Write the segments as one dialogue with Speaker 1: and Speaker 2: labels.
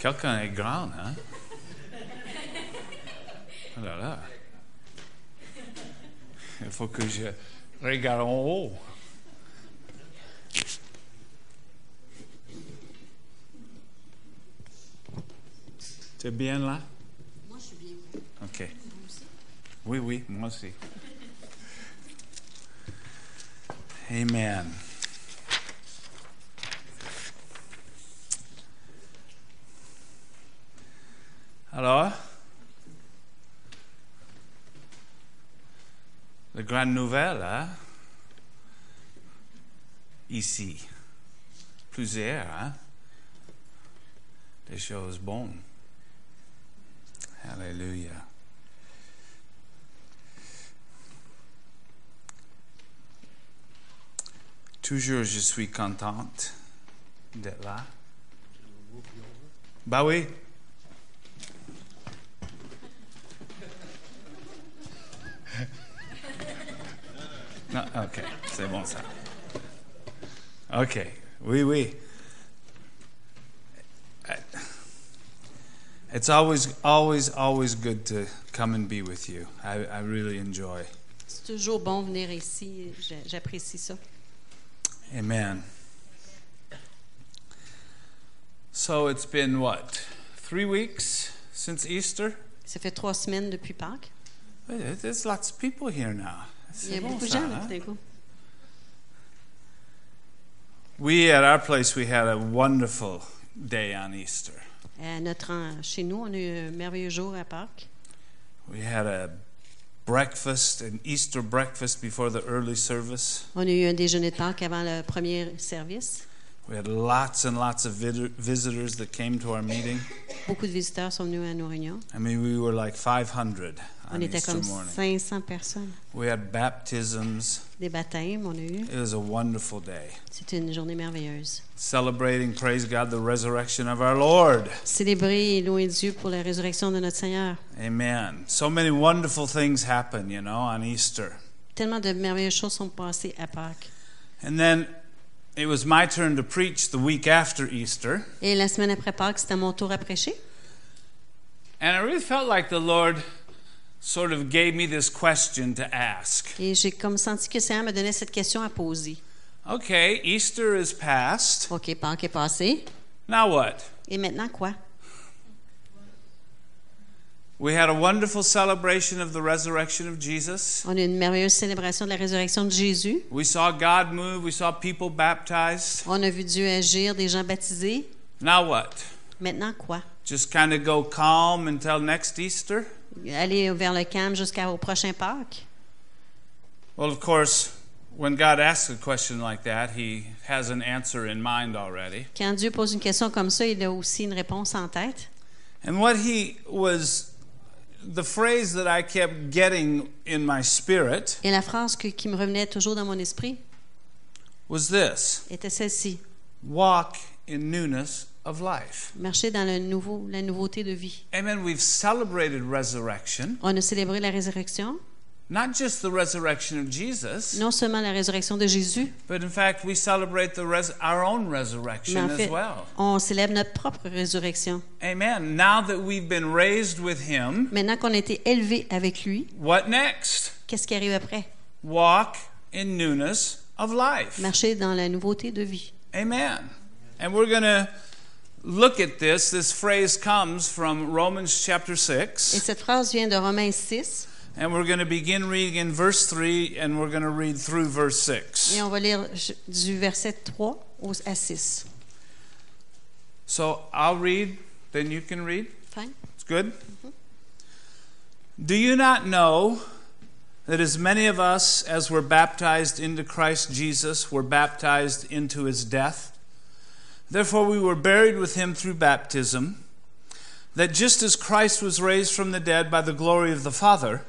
Speaker 1: Quelqu'un est grand, hein? Oh là là. Il faut que je regarde en haut. T'es bien là?
Speaker 2: Moi, je suis bien.
Speaker 1: OK. Oui, oui, moi aussi. Amen. Alors, la grande nouvelle, hein? ici, plusieurs, hein? des choses bonnes. Alléluia. Toujours, je suis contente d'être là. Bah oui. Non, ok, c'est bon ça. Ok, oui, oui. It's always, always, always good to come and be with you. I, I really enjoy.
Speaker 2: C'est toujours bon venir ici. J'a- J'apprécie ça.
Speaker 1: Amen. So it's been what, three weeks since Easter?
Speaker 2: Ça fait trois semaines depuis Pâques.
Speaker 1: Wait, There's lots of people here now.
Speaker 2: Il y
Speaker 1: C'est
Speaker 2: a
Speaker 1: bon,
Speaker 2: beaucoup de
Speaker 1: ça,
Speaker 2: gens, là,
Speaker 1: hein?
Speaker 2: tout d'un coup.
Speaker 1: We at our place we had a wonderful day on Easter.
Speaker 2: À Euh, notre en- chez nous, on a eu un merveilleux jour à Pâques.
Speaker 1: We had a breakfast, an Easter breakfast before the early service.
Speaker 2: On a eu un déjeuner de Pâques avant le premier service.
Speaker 1: We had lots and lots of vid- visitors that came to our meeting.
Speaker 2: Beaucoup de visiteurs sont venus à nos réunions.
Speaker 1: I mean, we were like 500
Speaker 2: On
Speaker 1: on
Speaker 2: était
Speaker 1: Easter
Speaker 2: comme
Speaker 1: morning.
Speaker 2: 500 personnes.
Speaker 1: We had baptisms.
Speaker 2: Des baptêmes, on a eu.
Speaker 1: It was a wonderful day.
Speaker 2: C'était une journée merveilleuse.
Speaker 1: Celebrating, praise God, the resurrection of our Lord.
Speaker 2: Célébrer et louer Dieu pour la résurrection de notre Seigneur.
Speaker 1: Amen. So many wonderful things happen, you know, on Easter.
Speaker 2: Tellement de merveilleuses choses sont passées à Pâques.
Speaker 1: And then it was my turn to preach the week after Easter.
Speaker 2: Et la semaine après Pâques, c'était à mon tour à prêcher.
Speaker 1: And I really felt like the Lord sort of gave me this question to ask.
Speaker 2: Et j'ai comme senti que le Seigneur me donnait cette question à poser.
Speaker 1: Okay, Easter is past.
Speaker 2: OK, Pâques est passé.
Speaker 1: Now what?
Speaker 2: Et maintenant quoi?
Speaker 1: We had a wonderful celebration of the resurrection of Jesus.
Speaker 2: On a une merveilleuse célébration de la résurrection de Jésus.
Speaker 1: We saw God move, we saw people baptized.
Speaker 2: On a vu Dieu agir, des gens baptisés.
Speaker 1: Now what?
Speaker 2: Maintenant quoi?
Speaker 1: Just kind of go calm until next Easter?
Speaker 2: Aller vers le calme jusqu'au prochain Pâques?
Speaker 1: Well, of course, when God asks a question like that, he has an answer in mind already.
Speaker 2: Quand Dieu pose une question comme ça, il a aussi une réponse en tête.
Speaker 1: And what he was, the phrase that I kept getting in my spirit
Speaker 2: Et la phrase que- qui me revenait toujours dans mon esprit
Speaker 1: was this
Speaker 2: était celle-ci.
Speaker 1: walk in newness of life.
Speaker 2: Marcher dans le nouveau, la nouveauté de vie.
Speaker 1: Amen. We've celebrated resurrection,
Speaker 2: On a célébré la résurrection,
Speaker 1: not just the resurrection of Jesus,
Speaker 2: non seulement la résurrection de Jésus,
Speaker 1: but in fact, we celebrate the res- our own
Speaker 2: mais
Speaker 1: resurrection
Speaker 2: en fait,
Speaker 1: as well.
Speaker 2: on célèbre notre propre résurrection.
Speaker 1: Amen. Now that we've been raised with him,
Speaker 2: Maintenant qu'on a été élevé avec lui,
Speaker 1: what next?
Speaker 2: qu'est-ce qui arrive après?
Speaker 1: Walk in newness of life.
Speaker 2: Marcher dans la nouveauté de vie.
Speaker 1: Amen. And we're going to look at this. This phrase comes from Romans chapter
Speaker 2: Et
Speaker 1: 6.
Speaker 2: cette phrase vient de Romains 6,
Speaker 1: And we're going to begin reading in verse 3, and we're going to read through verse 6.
Speaker 2: et on va lire j- du verset 3 au, à 6.
Speaker 1: So I'll read, then you can read.
Speaker 2: Fine.
Speaker 1: It's good. Do you not know that as many of us as were baptized into Christ Jesus were baptized into his death? Therefore, we were buried with him through baptism, that just as Christ was raised from the dead by the glory of the Father,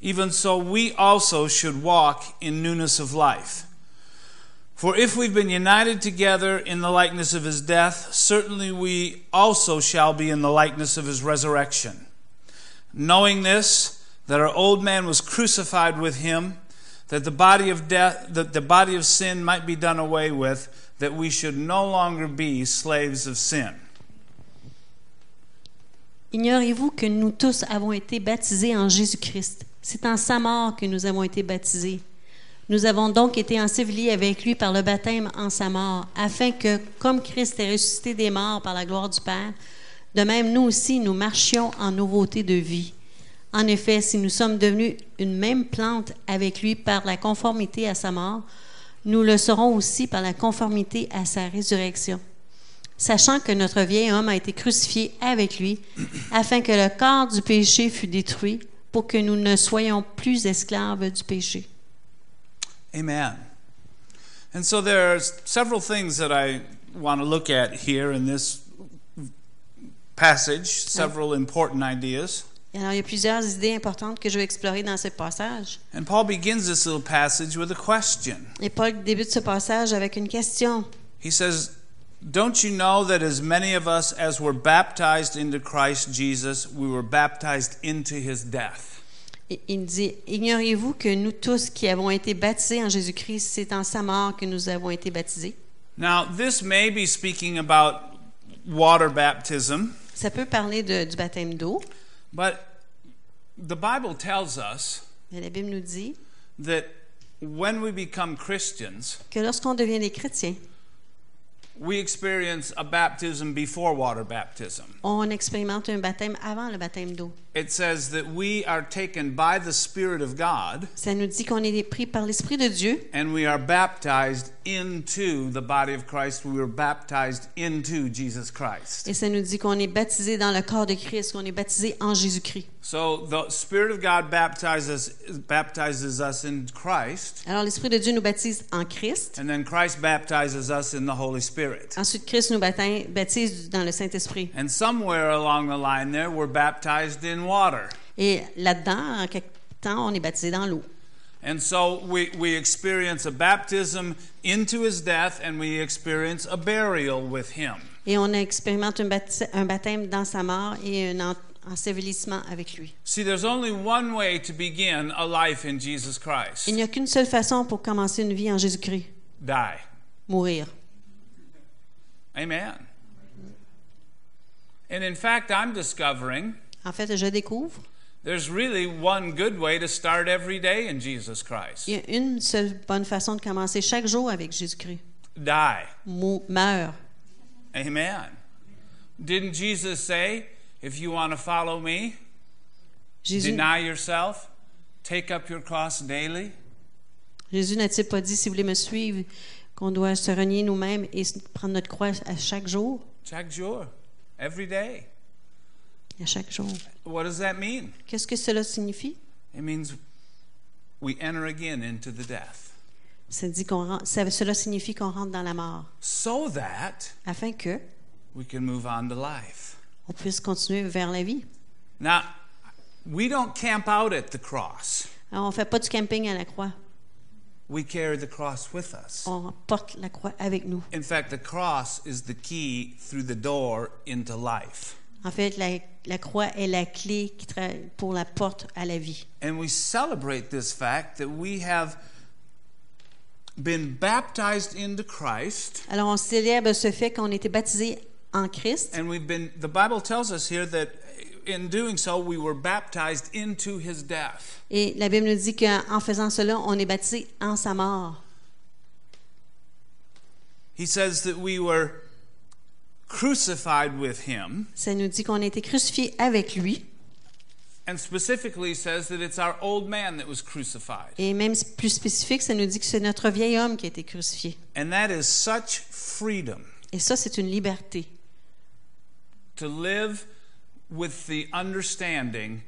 Speaker 1: even so we also should walk in newness of life. For if we've been united together in the likeness of his death, certainly we also shall be in the likeness of his resurrection. Knowing this, that our old man was crucified with him, that the body of death, that the body of sin might be done away with, that we should no longer be slaves of sin.
Speaker 2: Ignorez-vous que nous tous avons été baptisés en Jésus-Christ. C'est en sa mort que nous avons été baptisés. Nous avons donc été ensevelis avec lui par le baptême en sa mort, afin que, comme Christ est ressuscité des morts par la gloire du Père, de même nous aussi nous marchions en nouveauté de vie. En effet, si nous sommes devenus une même plante avec lui par la conformité à sa mort, nous le serons aussi par la conformité à sa résurrection. Sachant que notre vieil homme a été crucifié avec lui, afin que le corps du péché fût détruit, pour que nous ne soyons plus esclaves du péché.
Speaker 1: Amen. And so there are several things that I want to look at here in this passage, several important ideas.
Speaker 2: Alors, il y a plusieurs idées importantes que je vais explorer dans ce passage.
Speaker 1: And Paul begins this little passage with a question.
Speaker 2: Et Paul débute ce passage avec une question.
Speaker 1: He says, Don't you know that as many of us as were baptized into Christ Jesus, we were baptized into his death?
Speaker 2: Et Il dit, ignorez-vous que nous tous qui avons été baptisés en Jésus-Christ, c'est en sa mort que nous avons été baptisés.
Speaker 1: Now, this may be speaking about water baptism,
Speaker 2: Ça peut parler de- du baptême d'eau,
Speaker 1: but the Bible tells us
Speaker 2: mais la Bible nous dit
Speaker 1: that when we become Christians,
Speaker 2: que lorsqu'on devient des chrétiens,
Speaker 1: we experience a baptism before water baptism.
Speaker 2: on expérimente un baptême avant le baptême d'eau.
Speaker 1: It says that we are taken by the Spirit of God
Speaker 2: Ça nous dit qu'on est pris par l'Esprit de Dieu
Speaker 1: and we are baptized into the body of Christ. We were baptized into Jesus Christ.
Speaker 2: et ça nous dit qu'on est baptisé dans le corps de Christ, qu'on est baptisé en Jésus-Christ.
Speaker 1: So the Spirit of God baptizes, baptizes us in Christ,
Speaker 2: Alors l'Esprit de Dieu nous baptise en Christ.
Speaker 1: and then Christ baptizes us in the Holy Spirit.
Speaker 2: Ensuite, Christ nous baptin- baptise dans le Saint-Esprit.
Speaker 1: And somewhere along the line there, we're baptized in water.
Speaker 2: Et là-dedans, en quelque temps, on est baptisé dans l'eau.
Speaker 1: And so we, we experience a baptism into his death, and we experience a burial with him.
Speaker 2: Et on expérimente un, bapti- un baptême dans sa mort et un en- ensevelissement avec lui.
Speaker 1: See, there's only one way to begin a life in Jesus Christ
Speaker 2: Il n'y a qu'une seule façon pour commencer une vie en Jésus-Christ
Speaker 1: die.
Speaker 2: mourir.
Speaker 1: Amen. And in fact, I'm discovering
Speaker 2: En fait, je découvre,
Speaker 1: there's really one good way to start every day in Jesus Christ
Speaker 2: il y a une seule bonne façon de commencer chaque jour avec Jésus-Christ
Speaker 1: die.
Speaker 2: Mou- meurt.
Speaker 1: Amen. Didn't Jesus say, if you want to follow me,
Speaker 2: Jésus,
Speaker 1: deny yourself, take up your cross daily?
Speaker 2: Jésus n'a-t-il pas dit, si vous voulez me suivre, qu'on doit se renier nous-mêmes et se- prendre notre croix à chaque jour?
Speaker 1: Check sure. Every day.
Speaker 2: À chaque jour.
Speaker 1: What does that mean?
Speaker 2: Qu'est-ce que cela signifie?
Speaker 1: It means we enter again into the death.
Speaker 2: Ça dit qu'on ren- ça- cela signifie qu'on rentre dans la mort,
Speaker 1: So that
Speaker 2: afin que
Speaker 1: we can move on to life.
Speaker 2: on puisse continuer vers la vie.
Speaker 1: Now, we don't camp out at the cross.
Speaker 2: Alors, on ne fait pas du camping à la croix.
Speaker 1: We carry the cross with us.
Speaker 2: On porte la croix avec nous.
Speaker 1: In fact, the cross is the key through the door into life.
Speaker 2: En fait, la, la croix est la clé qui tra- pour la porte à la vie.
Speaker 1: And we celebrate this fact that we have been baptized into Christ
Speaker 2: Alors, on célèbre ce fait qu'on a été baptisé en Christ.
Speaker 1: and we've been the Bible tells us here that in doing so we were baptized into his death.
Speaker 2: Et la Bible nous dit qu'en faisant cela, on est baptisé en sa mort.
Speaker 1: He says that we were crucified with him
Speaker 2: Ça nous dit qu'on a été crucifié avec lui.
Speaker 1: and specifically says that it's our old man that was crucified.
Speaker 2: Et même plus spécifique, ça nous dit que c'est notre vieil homme qui a été crucifié.
Speaker 1: And that is such freedom
Speaker 2: Et ça, c'est une liberté.
Speaker 1: to live with the understanding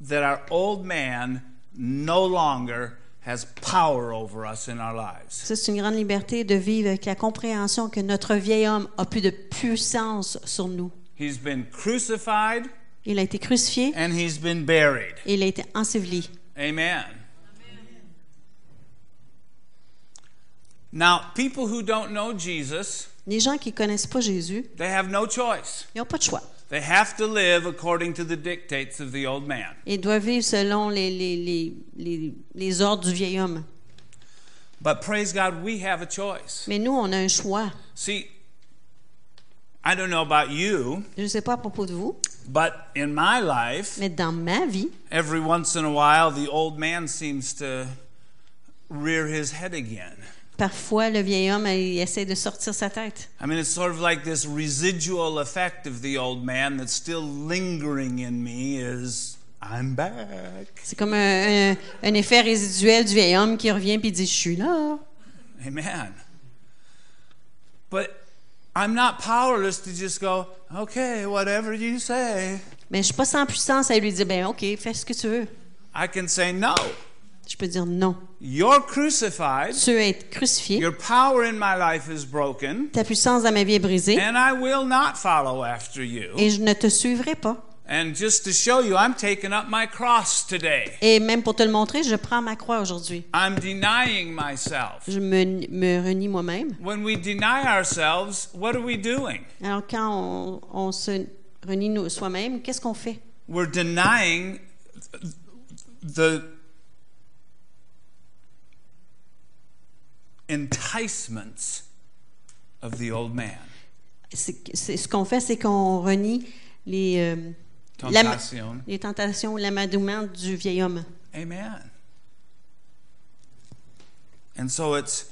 Speaker 1: that our old man no longer has power over us in our lives.
Speaker 2: Ça, c'est une grande liberté de vivre avec la compréhension que notre vieil homme a plus de puissance sur nous.
Speaker 1: He's been crucified
Speaker 2: Il a été crucifié
Speaker 1: and he's been buried.
Speaker 2: et il a été enseveli.
Speaker 1: Amen. Now, people who don't know Jesus,
Speaker 2: Les gens qui ne connaissent pas Jésus,
Speaker 1: they have no choice.
Speaker 2: ils n'ont pas de choix.
Speaker 1: They have to live according to the dictates of the old man.
Speaker 2: Ils doivent vivre selon les, les, les, les, les ordres du vieil homme.
Speaker 1: But praise God, we have a choice.
Speaker 2: Mais nous, on a un choix.
Speaker 1: See, I don't know about you,
Speaker 2: Je ne sais pas à propos de vous,
Speaker 1: but in my life,
Speaker 2: mais dans ma vie,
Speaker 1: every once in a while, the old man seems to rear his head again.
Speaker 2: parfois, le vieil homme il essaie de sortir sa tête.
Speaker 1: I mean, it's sort of like this residual effect of the old man that's still lingering in me is I'm back.
Speaker 2: C'est comme un, un- un effet résiduel du vieil homme qui revient puis dit Je suis là.
Speaker 1: Amen. But I'm not powerless to just go, okay, whatever you say.
Speaker 2: Mais je suis pas sans puissance à lui dire ben OK, fais ce que tu veux.
Speaker 1: I can say, no,
Speaker 2: Je peux dire non.
Speaker 1: you're crucified.
Speaker 2: Tu es crucifié.
Speaker 1: Your power in my life is broken,
Speaker 2: Ta puissance dans ma vie est brisée
Speaker 1: and I will not follow after you.
Speaker 2: et je ne te suivrai pas.
Speaker 1: And just to show you, I'm taking up my cross today.
Speaker 2: Et même pour te le montrer, je prends ma croix aujourd'hui.
Speaker 1: I'm denying myself.
Speaker 2: Je me, me renie moi-même.
Speaker 1: When we deny ourselves, what are we doing?
Speaker 2: Alors quand on, on se renie nous- soi-même, qu'est-ce qu'on fait?
Speaker 1: We're denying the enticements of the old man.
Speaker 2: C'est c'est- ce qu'on fait, c'est qu'on renie les, euh, l'am-
Speaker 1: Tentacion.
Speaker 2: les tentations, l'amadouement du vieil homme.
Speaker 1: Amen. And so it's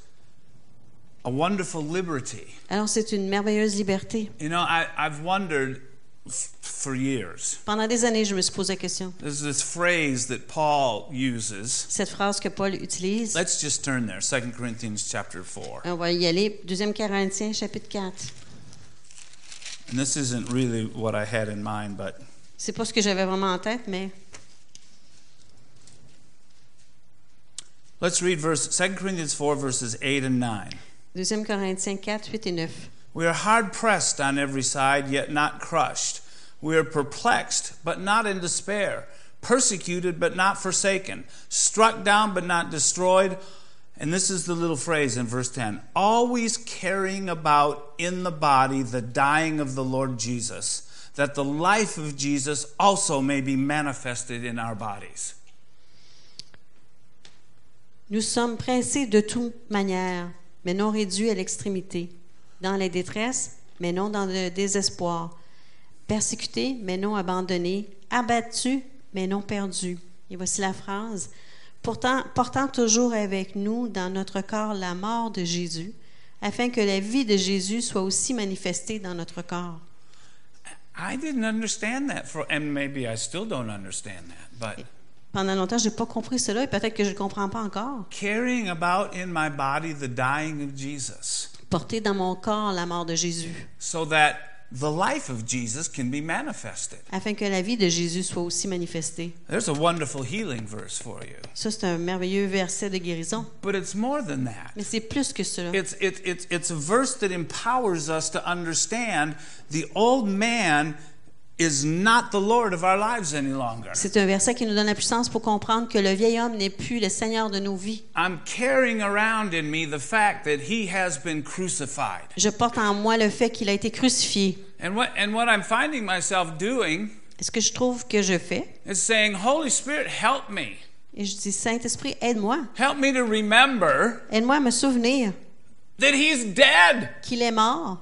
Speaker 1: a wonderful liberty.
Speaker 2: Alors c'est une merveilleuse liberté.
Speaker 1: You know, I, I've wondered f- for years.
Speaker 2: Pendant des années, je me suis posé la question.
Speaker 1: There's this phrase that Paul uses.
Speaker 2: Cette phrase que Paul utilise,
Speaker 1: Let's just turn there, 2 Corinthians chapter 4.
Speaker 2: on va y aller, 2 Corinthiens, chapitre 4.
Speaker 1: And this isn't really what I had in mind, but
Speaker 2: C'est pas ce que j'avais vraiment en tête, mais
Speaker 1: let's read verse 2 Corinthians 4 verses 8 and 9.
Speaker 2: 2 Corinthiens 4, 8 et 9.
Speaker 1: We are hard pressed on every side, yet not crushed. We are perplexed, but not in despair. Persecuted, but not forsaken. Struck down, but not destroyed. And this is the little phrase in verse 10 always carrying about in the body the dying of the Lord Jesus, that the life of Jesus also may be manifested in our bodies.
Speaker 2: Nous sommes pressés de toute manière, mais non réduits à l'extrémité, dans la détresse, mais non dans le désespoir, persécutés, mais non abandonnés, abattus, mais non perdus. Et voici la phrase. Pourtant, portant toujours avec nous dans notre corps la mort de Jésus, afin que la vie de Jésus soit aussi manifestée dans notre corps.
Speaker 1: I didn't understand that, for, and maybe I still don't understand that, but
Speaker 2: Pendant longtemps, je n'ai pas compris cela et peut-être que je ne comprends pas encore.
Speaker 1: carrying about in my body the dying of Jesus.
Speaker 2: Porter dans mon corps la mort de Jésus,
Speaker 1: so that the life of Jesus can be manifested.
Speaker 2: afin que la vie de Jésus soit aussi manifestée.
Speaker 1: There's a wonderful healing verse for you,
Speaker 2: Ça, c'est un merveilleux verset de guérison.
Speaker 1: but it's more than that.
Speaker 2: Mais c'est plus que cela.
Speaker 1: It's, it, it's, it's a verse that empowers us to understand the old man is not the Lord of our lives any longer.
Speaker 2: C'est un verset qui nous donne la puissance pour comprendre que le vieil homme n'est plus le Seigneur de nos vies.
Speaker 1: I'm carrying around in me the fact that he has been crucified.
Speaker 2: Je porte en moi le fait qu'il a été crucifié.
Speaker 1: And what, and what I'm finding myself doing
Speaker 2: Ce que je trouve que je fais,
Speaker 1: is saying, Holy Spirit, help me.
Speaker 2: et je dis, Saint-Esprit, aide-moi.
Speaker 1: Help me to remember
Speaker 2: Aide-moi à me souvenir
Speaker 1: that he's dead.
Speaker 2: qu'il est mort.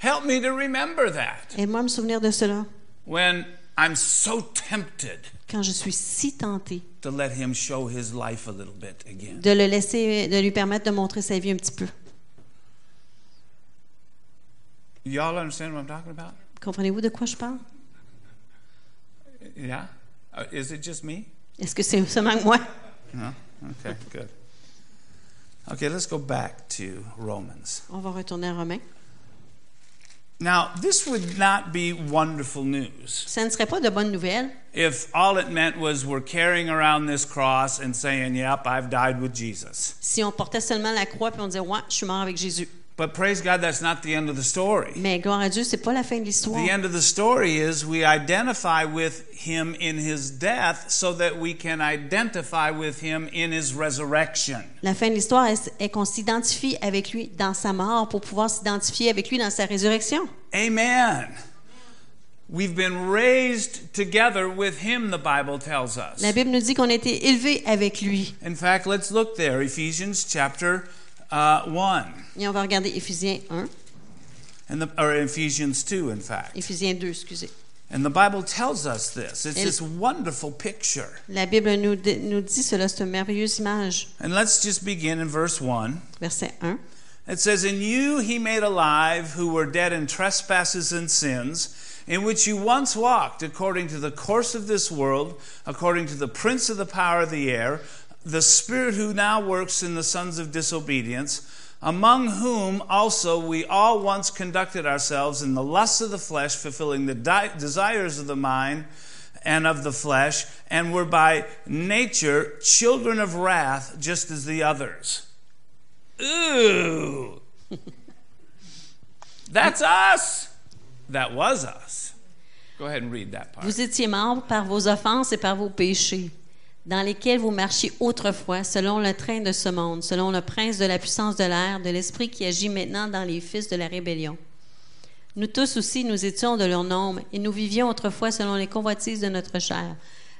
Speaker 1: Help me to remember that.
Speaker 2: Aide-moi à me souvenir de cela
Speaker 1: when I'm so tempted
Speaker 2: quand je suis si tentée
Speaker 1: to let him show his life a little bit again.
Speaker 2: de le laisser, de lui permettre de montrer sa vie un petit peu.
Speaker 1: Y'all understand what I'm talking about?
Speaker 2: Comprenez-vous de quoi je parle?
Speaker 1: Yeah? Uh, Is it just me?
Speaker 2: Est-ce que c'est seulement moi?
Speaker 1: No? Okay, good. Okay, let's go back to Romans.
Speaker 2: On va retourner à Romain.
Speaker 1: Now, this would not be wonderful news
Speaker 2: Ça ne serait pas de bonnes nouvelles
Speaker 1: if all it meant was we're carrying around this cross and saying, Yep, I've died with Jesus.
Speaker 2: si on portait seulement la croix puis on disait ouais, je suis mort avec Jésus.
Speaker 1: But praise God, that's not the end of the story.
Speaker 2: Mais gloire à Dieu, c'est pas la fin de l'histoire.
Speaker 1: The end of the story is we identify with him in his death so that we can identify with him in his resurrection.
Speaker 2: La fin de l'histoire est, est qu'on s'identifie avec lui dans sa mort pour pouvoir s'identifier avec lui dans sa résurrection.
Speaker 1: Amen. We've been raised together with him, the Bible tells us.
Speaker 2: La Bible nous dit qu'on a été élevé avec lui.
Speaker 1: In fact, let's look there, Ephesians chapter uh, 1.
Speaker 2: Et on va regarder Éphésiens 1.
Speaker 1: And the, or Ephesians 2, in fact.
Speaker 2: Éphésiens 2, excusez.
Speaker 1: And the Bible tells us this. It's
Speaker 2: Et-
Speaker 1: this wonderful picture.
Speaker 2: La Bible nous, dé- nous dit cela, c'est une merveilleuse image.
Speaker 1: And let's just begin in verse 1.
Speaker 2: Verset 1.
Speaker 1: It says, In you he made alive who were dead in trespasses and sins, in which you once walked according to the course of this world, according to the prince of the power of the air, the spirit who now works in the sons of disobedience, among whom also we all once conducted ourselves in the lusts of the flesh, fulfilling the di- desires of the mind and of the flesh, and were by nature children of wrath, just as the others. Ooh. That's us. That was us. Go ahead and read that part.
Speaker 2: Vous étiez morts par vos offenses et par vos péchés, dans lesquels vous marchiez autrefois, selon le train de ce monde, selon le prince de la puissance de l'air, de l'esprit qui agit maintenant dans les fils de la rébellion. Nous tous aussi, nous étions de leur nombre, et nous vivions autrefois selon les convoitises de notre chair,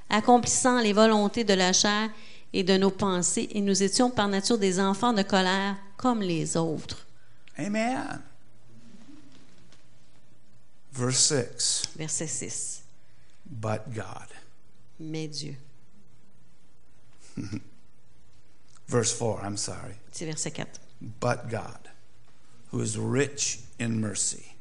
Speaker 2: accomplissant les volontés de la chair et de nos pensées, et nous étions par nature des enfants de colère comme les autres.
Speaker 1: Amen. Verse 6.
Speaker 2: Verset 6.
Speaker 1: But God.
Speaker 2: Mais Dieu.
Speaker 1: Verse 4, I'm sorry.
Speaker 2: C'est verset 4.
Speaker 1: But God, who is rich in mercy,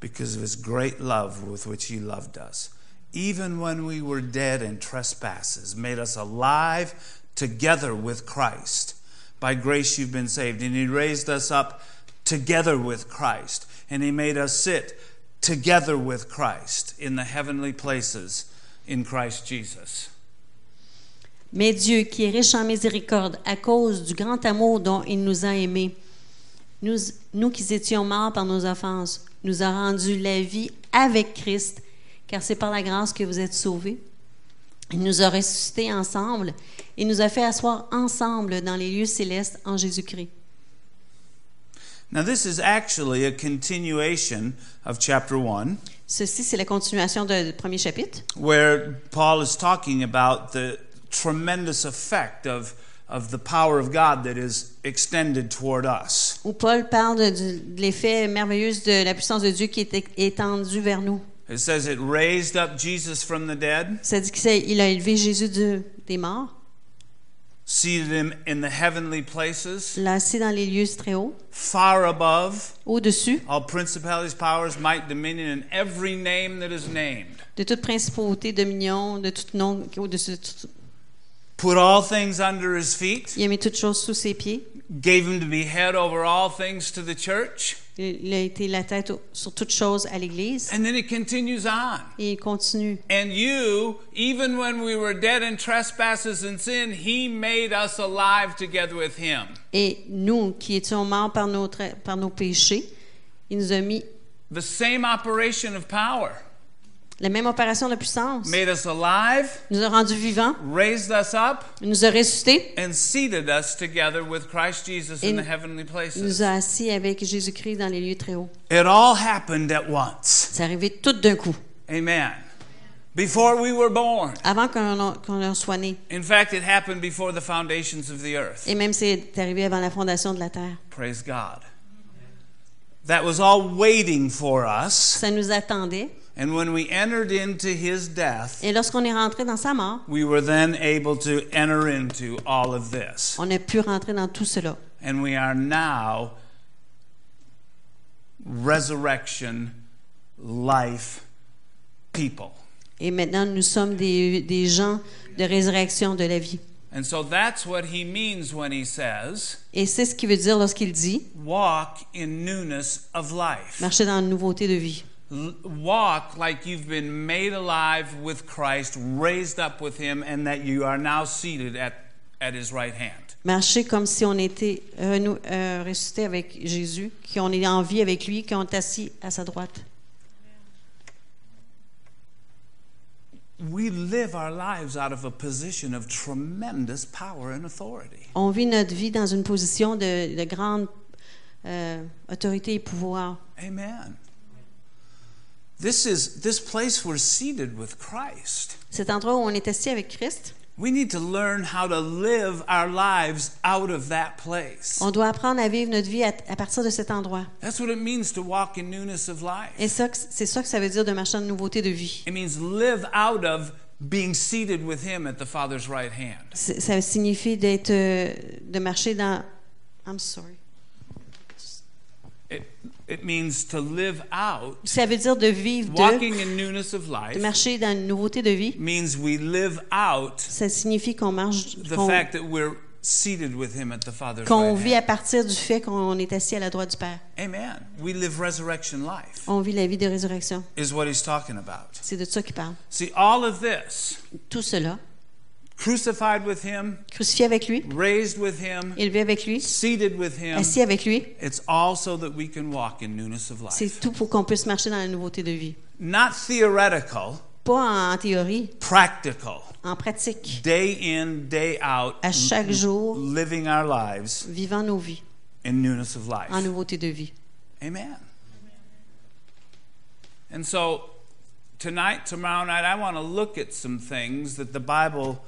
Speaker 1: because of his great love with which he loved us, even when we were dead in trespasses, made us alive together with Christ. By grace you've been saved. And he raised us up together with Christ, and he made us sit together with Christ in the heavenly places in Christ Jesus.
Speaker 2: Mais Dieu, qui est riche en miséricorde, à cause du grand amour dont il nous a aimés, nous, nous qui étions morts par nos offenses, nous a rendu la vie avec Christ, car c'est par la grâce que vous êtes sauvés. Il nous a ressuscités ensemble et nous a fait asseoir ensemble dans les lieux célestes en Jésus-Christ.
Speaker 1: Now, this is actually a continuation of chapter 1.
Speaker 2: Ceci, c'est la continuation de- du premier chapitre,
Speaker 1: where Paul is talking about the tremendous effect of, of the power of God that is extended toward us.
Speaker 2: où Paul parle de, du- de l'effet merveilleux de la puissance de Dieu qui est é- étendue vers nous.
Speaker 1: It says it raised up Jesus from the dead,
Speaker 2: Ça dit qu'il a élevé Jésus du- des morts.
Speaker 1: seated him in the heavenly places,
Speaker 2: Là, c'est dans les lieux très hauts,
Speaker 1: far above
Speaker 2: au-dessus
Speaker 1: all principalities, powers, might, dominion, and every name that is named.
Speaker 2: de toute principauté, dominion, de tout nom, au-dessus de tout.
Speaker 1: Put all things under his feet,
Speaker 2: Il a mis toutes choses sous ses pieds.
Speaker 1: gave him to be head over all things to the church,
Speaker 2: Il il a été la tête au- sur toutes choses à l'Église.
Speaker 1: and then it continues on.
Speaker 2: Et il continue.
Speaker 1: And you, even when we were dead in trespasses and sin, he made us alive together with him.
Speaker 2: Et nous, qui étions morts par nos, tra- par nos péchés, il nous a mis
Speaker 1: The same operation of power
Speaker 2: la même opération de puissance.
Speaker 1: made us alive,
Speaker 2: Il nous a rendus vivants,
Speaker 1: raised us up,
Speaker 2: il nous a ressuscités,
Speaker 1: and seated us together with Christ Jesus in
Speaker 2: In-
Speaker 1: the heavenly
Speaker 2: il
Speaker 1: places.
Speaker 2: nous a assis avec Jésus-Christ dans les lieux très hauts.
Speaker 1: It all happened at once.
Speaker 2: C'est arrivé tout d'un coup,
Speaker 1: Amen. Before we were born.
Speaker 2: avant qu'on en- qu'on en soit né.
Speaker 1: In fact, it happened before the foundations of the earth.
Speaker 2: Et même c'est arrivé avant la fondation de la terre.
Speaker 1: Praise God. That was all waiting for us.
Speaker 2: Ça nous attendait.
Speaker 1: And when we entered into his death,
Speaker 2: Et lorsqu'on est rentré dans sa mort,
Speaker 1: we were then able to enter into all of this.
Speaker 2: on a pu rentrer dans tout cela.
Speaker 1: And we are now resurrection, life, people.
Speaker 2: Et maintenant, nous sommes des, des gens de résurrection de la vie.
Speaker 1: And so that's what he means when he says,
Speaker 2: Et c'est ce qu'il veut dire lorsqu'il dit
Speaker 1: walk in newness of life.
Speaker 2: marcher dans la nouveauté de vie.
Speaker 1: L- walk like you've been made alive with Christ, raised up with him, and that you are now seated at, at his right hand.
Speaker 2: Marcher comme si on était renou- euh, ressuscité avec Jésus, qu'on est en vie avec lui, qu'on est assis à sa droite.
Speaker 1: We live our lives out of a position of tremendous power and authority.
Speaker 2: On vit notre vie dans une position de, de grande euh, autorité et pouvoir.
Speaker 1: Amen. This is this place we're seated with Christ.
Speaker 2: Cet endroit où on est assis avec Christ,
Speaker 1: We need to learn how to live our lives out of that place.
Speaker 2: On doit apprendre à vivre notre vie à, à partir de cet endroit.
Speaker 1: That's what it means to walk in newness of life.
Speaker 2: Et ça, c'est ça que ça veut dire de marcher de nouveauté de vie.
Speaker 1: It means live out of being seated with Him at the Father's right hand.
Speaker 2: C'est- Ça signifie d'être, euh, de marcher dans. I'm sorry.
Speaker 1: It, it means to live out.
Speaker 2: Ça veut dire de vivre de,
Speaker 1: Walking in newness of life
Speaker 2: de marcher dans une nouveauté de vie.
Speaker 1: means we live out
Speaker 2: Ça signifie qu'on marche,
Speaker 1: the
Speaker 2: qu'on
Speaker 1: fact that we're seated with Him at the Father's
Speaker 2: qu'on
Speaker 1: right
Speaker 2: vit à
Speaker 1: hand.
Speaker 2: partir du fait qu'on est assis à la droite du Père.
Speaker 1: Amen. We live resurrection life,
Speaker 2: On vit la vie de résurrection.
Speaker 1: is what He's talking about.
Speaker 2: C'est de ça qu'il parle.
Speaker 1: See, all of this
Speaker 2: Tout cela,
Speaker 1: crucified with Him,
Speaker 2: crucifié avec lui,
Speaker 1: raised with Him,
Speaker 2: élevé avec lui,
Speaker 1: seated with Him.
Speaker 2: assis avec lui,
Speaker 1: It's all so that we can walk in newness of
Speaker 2: c'est
Speaker 1: life.
Speaker 2: tout pour qu'on puisse marcher dans la nouveauté de vie.
Speaker 1: Not theoretical,
Speaker 2: Pas en théorie,
Speaker 1: practical.
Speaker 2: en pratique,
Speaker 1: Day in, day out,
Speaker 2: à chaque jour,
Speaker 1: living our lives
Speaker 2: vivant nos vies,
Speaker 1: in newness of life.
Speaker 2: en nouveauté de vie.
Speaker 1: Amen. And so tonight, tomorrow night, I want to look at some things that the Bible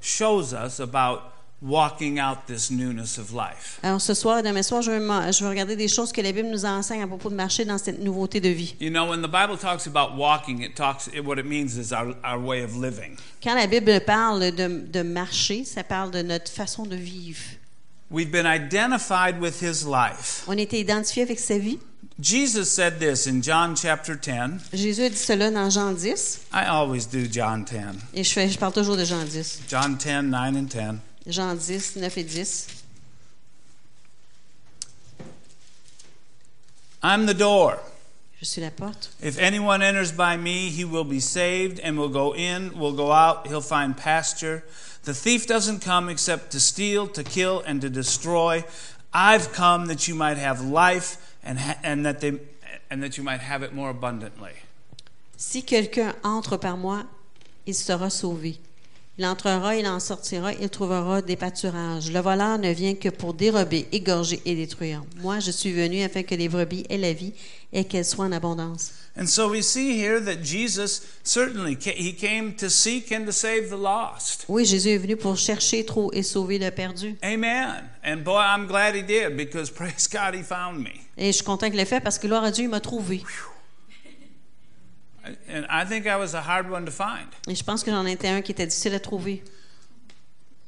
Speaker 1: shows us about walking out this newness of life.
Speaker 2: Alors ce soir et demain soir, je vais, m'en- je vais regarder des choses que la Bible nous enseigne à propos de marcher dans cette nouveauté de vie.
Speaker 1: You know, when the Bible talks about walking, it talks it, what it means is our, our way of living.
Speaker 2: Quand la Bible parle de, de marcher, ça parle de notre façon de vivre.
Speaker 1: We've been identified with his life.
Speaker 2: On était identifié avec sa vie.
Speaker 1: Jesus said this in John chapter 10.
Speaker 2: Jésus a dit cela dans Jean 10,
Speaker 1: I always do John 10.
Speaker 2: et je, fais- je parle toujours de Jean 10.
Speaker 1: John 10, 9 and 10.
Speaker 2: Jean 10, 9 et 10.
Speaker 1: I'm the door.
Speaker 2: Je suis la porte.
Speaker 1: If anyone enters by me, he will be saved and will go in, will go out, he'll find pasture. The thief doesn't come except to steal, to kill, and to destroy. I've come that you might have life and, ha- and, that, they, and that you might have it more abundantly.
Speaker 2: Si quelqu'un entre par moi, il sera sauvé. Il entrera, il en sortira, il trouvera des pâturages. Le voleur ne vient que pour dérober, égorger et détruire. Moi, je suis venu afin que les brebis aient la vie et qu'elles soient en abondance.
Speaker 1: And so we see here that Jesus certainly ca- he came to seek and to save the lost.
Speaker 2: Oui, Jésus est venu pour chercher trop et sauver le perdu.
Speaker 1: Amen. And boy, I'm glad he did because praise God, he found me.
Speaker 2: Et je suis content qu'il l'ait fait parce que gloire à Dieu, il m'a trouvé.
Speaker 1: And I think I was a hard one to find.
Speaker 2: Et je pense que j'en étais un qui était difficile à trouver.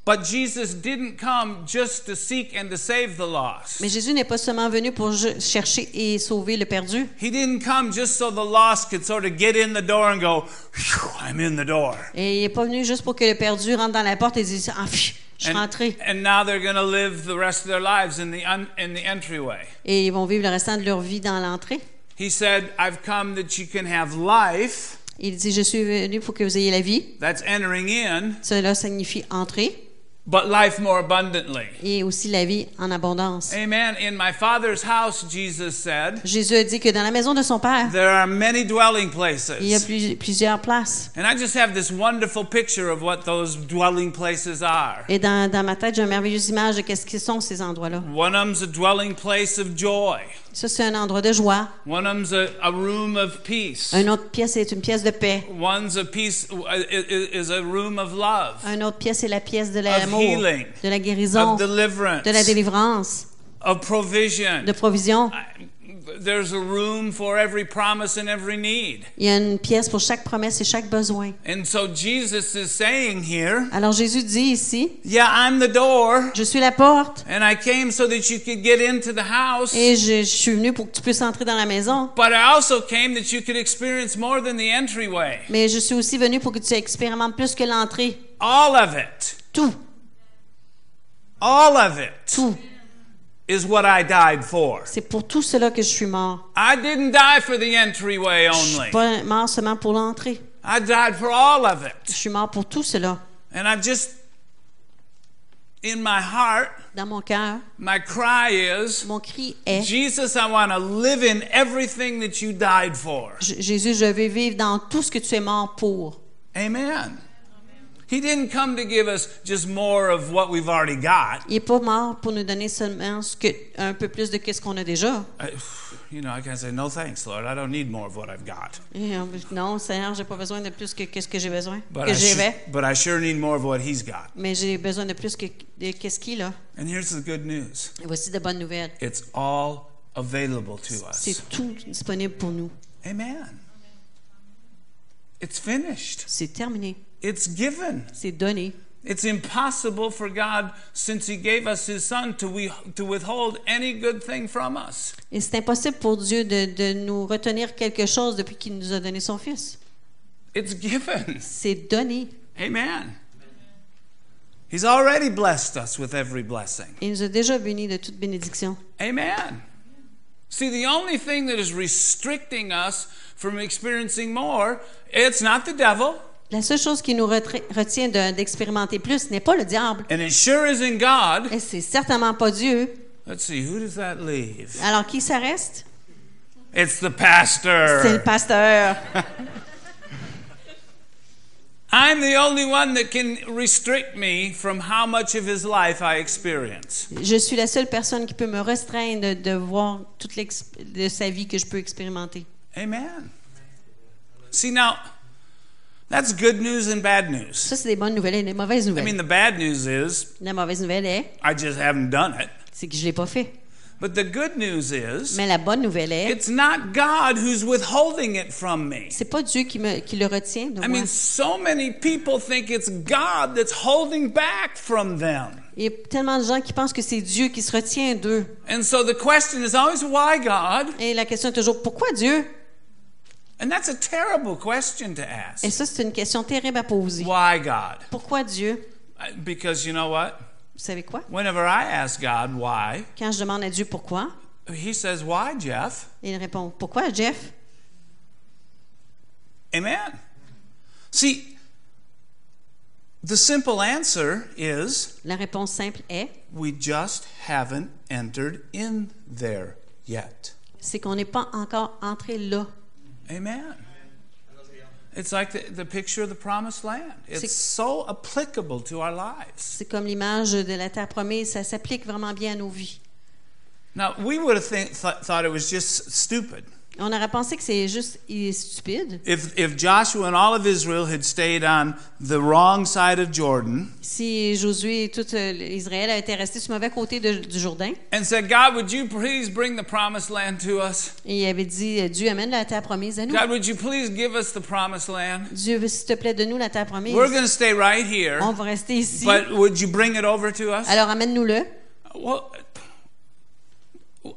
Speaker 1: But Jesus didn't come just to seek and to save the lost.
Speaker 2: Mais Jésus n'est pas seulement venu pour je- chercher et sauver le perdu.
Speaker 1: He didn't come just so the lost could sort of get in the door and go, "Phew, I'm in the door.
Speaker 2: Et il n'est pas venu juste pour que le perdu rentre dans la porte et dise Ah, pfiou, je suis
Speaker 1: And,
Speaker 2: rentré.
Speaker 1: and now they're going to live the rest of their lives in the, un, in the entryway.
Speaker 2: et ils vont vivre le restant de leur vie dans l'entrée.
Speaker 1: He said, I've come that you can have life.
Speaker 2: Il dit, je suis venu pour que vous ayez la vie.
Speaker 1: That's entering in,
Speaker 2: Cela signifie entrer
Speaker 1: but life more abundantly.
Speaker 2: et aussi la vie en abondance.
Speaker 1: Amen. In my Father's house, Jesus said,
Speaker 2: Jésus a dit que dans la maison de son Père,
Speaker 1: there are many dwelling
Speaker 2: il y a
Speaker 1: places.
Speaker 2: plus- plusieurs places.
Speaker 1: And I just have this wonderful picture of what those dwelling places are.
Speaker 2: Et dans, dans ma tête, j'ai une merveilleuse image de qu'est-ce qu'ils sont ces endroits-là.
Speaker 1: One of them's a dwelling place of joy.
Speaker 2: Ça, c'est un endroit de joie.
Speaker 1: One of them's a, a room of peace.
Speaker 2: Une autre pièce est une pièce de paix.
Speaker 1: One's a piece i- i- is a room of love,
Speaker 2: Une autre pièce est la pièce de
Speaker 1: Of
Speaker 2: l'amour,
Speaker 1: healing.
Speaker 2: de la guérison,
Speaker 1: of
Speaker 2: de
Speaker 1: deliverance,
Speaker 2: la délivrance,
Speaker 1: of provision.
Speaker 2: de provision.
Speaker 1: I- There's a room for every promise and every need.
Speaker 2: Il y a une pièce pour chaque promesse et chaque besoin.
Speaker 1: And so Jesus is saying here,
Speaker 2: Alors Jésus dit ici,
Speaker 1: yeah, I'm the door,
Speaker 2: je suis la porte.
Speaker 1: and I came so that you could get into the house.
Speaker 2: Et je, je suis venu pour que tu puisses entrer dans la maison.
Speaker 1: But I also came that you could experience more than the entryway.
Speaker 2: Mais je suis aussi venu pour que tu expérimentes plus que l'entrée.
Speaker 1: All of it.
Speaker 2: Tout,
Speaker 1: All of it
Speaker 2: tout.
Speaker 1: is what I died for.
Speaker 2: C'est pour tout cela que je suis mort.
Speaker 1: I didn't die for the entryway
Speaker 2: Je suis
Speaker 1: only.
Speaker 2: pas mort seulement pour l'entrée.
Speaker 1: I died for all of
Speaker 2: Je
Speaker 1: it.
Speaker 2: suis mort pour tout cela.
Speaker 1: And I just, in my heart,
Speaker 2: Dans mon cœur,
Speaker 1: my cry is
Speaker 2: mon cri est
Speaker 1: Jesus, I want to live in everything that you died for.
Speaker 2: J- Jésus, je veux vivre dans tout ce que tu es mort pour.
Speaker 1: Amen. He didn't come to give us just more of what we've already got.
Speaker 2: Il n'est pas mort pour nous donner seulement ce que, un peu plus de ce qu'on a déjà.
Speaker 1: I- you know, I can say, no thanks, Lord. I don't need more of what I've got.
Speaker 2: Et on peut- non, Seigneur, j'ai pas besoin de plus que quest ce que j'ai besoin,
Speaker 1: But,
Speaker 2: que
Speaker 1: I su-
Speaker 2: j'avais,
Speaker 1: but I sure need more of what He's got.
Speaker 2: mais j'ai besoin de plus que de qu'est-ce qu'il a.
Speaker 1: And here's the good news
Speaker 2: Et voici de bonnes nouvelles.
Speaker 1: it's all available to us.
Speaker 2: C'est tout disponible pour nous.
Speaker 1: Amen. It's finished,
Speaker 2: C'est terminé.
Speaker 1: it's given.
Speaker 2: C'est donné.
Speaker 1: It's impossible for God, since He gave us His Son, to, we, to withhold any good thing from us.
Speaker 2: Et c'est impossible pour Dieu de, de nous retenir quelque chose depuis qu'il nous a donné son Fils.
Speaker 1: It's given.
Speaker 2: C'est donné.
Speaker 1: Amen. He's already blessed us with every blessing.
Speaker 2: Il nous a déjà bénis de toute bénédiction.
Speaker 1: Amen. See, the only thing that is restricting us from experiencing more, it's not the devil,
Speaker 2: La seule chose qui nous retrait- retient de- d'expérimenter plus n'est pas le diable.
Speaker 1: and it sure isn't God.
Speaker 2: Et c'est certainement pas Dieu.
Speaker 1: Let's see, who does that leave?
Speaker 2: Alors qui ça reste?
Speaker 1: It's the
Speaker 2: C'est
Speaker 1: pastor.
Speaker 2: le pasteur.
Speaker 1: I'm the only one that can restrict me from how much of his life I experience.
Speaker 2: Je suis la seule personne qui peut me restreindre de voir toute l'ex- de sa vie que je peux expérimenter.
Speaker 1: Amen. See, now, that's good news and bad news.
Speaker 2: Ça, c'est des bonnes nouvelles et des mauvaises
Speaker 1: I
Speaker 2: nouvelles.
Speaker 1: mean, the bad news is
Speaker 2: La mauvaise nouvelle est,
Speaker 1: I just haven't done it.
Speaker 2: c'est que je l'ai pas fait.
Speaker 1: But the good news is,
Speaker 2: Mais la bonne nouvelle est,
Speaker 1: it's not God who's withholding it from me.
Speaker 2: c'est pas Dieu qui, me, qui le retient
Speaker 1: I
Speaker 2: de moi.
Speaker 1: mean, so many people think it's God that's holding back from them.
Speaker 2: Il y a tellement de gens qui pensent que c'est Dieu qui se retient d'eux.
Speaker 1: And so the question is always, why God?
Speaker 2: Et la question est toujours, pourquoi Dieu?
Speaker 1: And that's a terrible question to ask.
Speaker 2: Et ça, c'est une question terrible à poser.
Speaker 1: Why God?
Speaker 2: Pourquoi Dieu?
Speaker 1: Uh, Because you know what?
Speaker 2: Vous savez quoi?
Speaker 1: Whenever I ask God why,
Speaker 2: Quand je demande à Dieu pourquoi,
Speaker 1: he says, why, Jeff?
Speaker 2: il répond, pourquoi Jeff?
Speaker 1: Amen. See, the simple answer is
Speaker 2: La réponse simple est,
Speaker 1: We just haven't entered in there yet.
Speaker 2: c'est qu'on n'est pas encore entré là.
Speaker 1: Amen. It's like the, the picture of the promised land.
Speaker 2: C'est-
Speaker 1: It's so applicable to our lives.
Speaker 2: C'est comme l'image de la terre promise, ça s'applique vraiment bien à nos vies.
Speaker 1: Now, we would have think, th- thought it was just stupid
Speaker 2: On aurait pensé que c'est juste il est stupide
Speaker 1: if, if Joshua and all of Israel had stayed on the wrong side of Jordan
Speaker 2: si Josué et tout euh, Israël avait été resté sur le mauvais côté de- du Jourdain
Speaker 1: and said, God, would you please bring the promised land to us?
Speaker 2: et il avait dit euh, Dieu amène la terre promise à nous.
Speaker 1: God, would you please give us the promised land?
Speaker 2: Dieu veut s'il te plaît de nous la terre promise.
Speaker 1: We're going to stay right here,
Speaker 2: On va rester ici.
Speaker 1: but would you bring it over to us?
Speaker 2: Alors amène-nous-le.
Speaker 1: Well,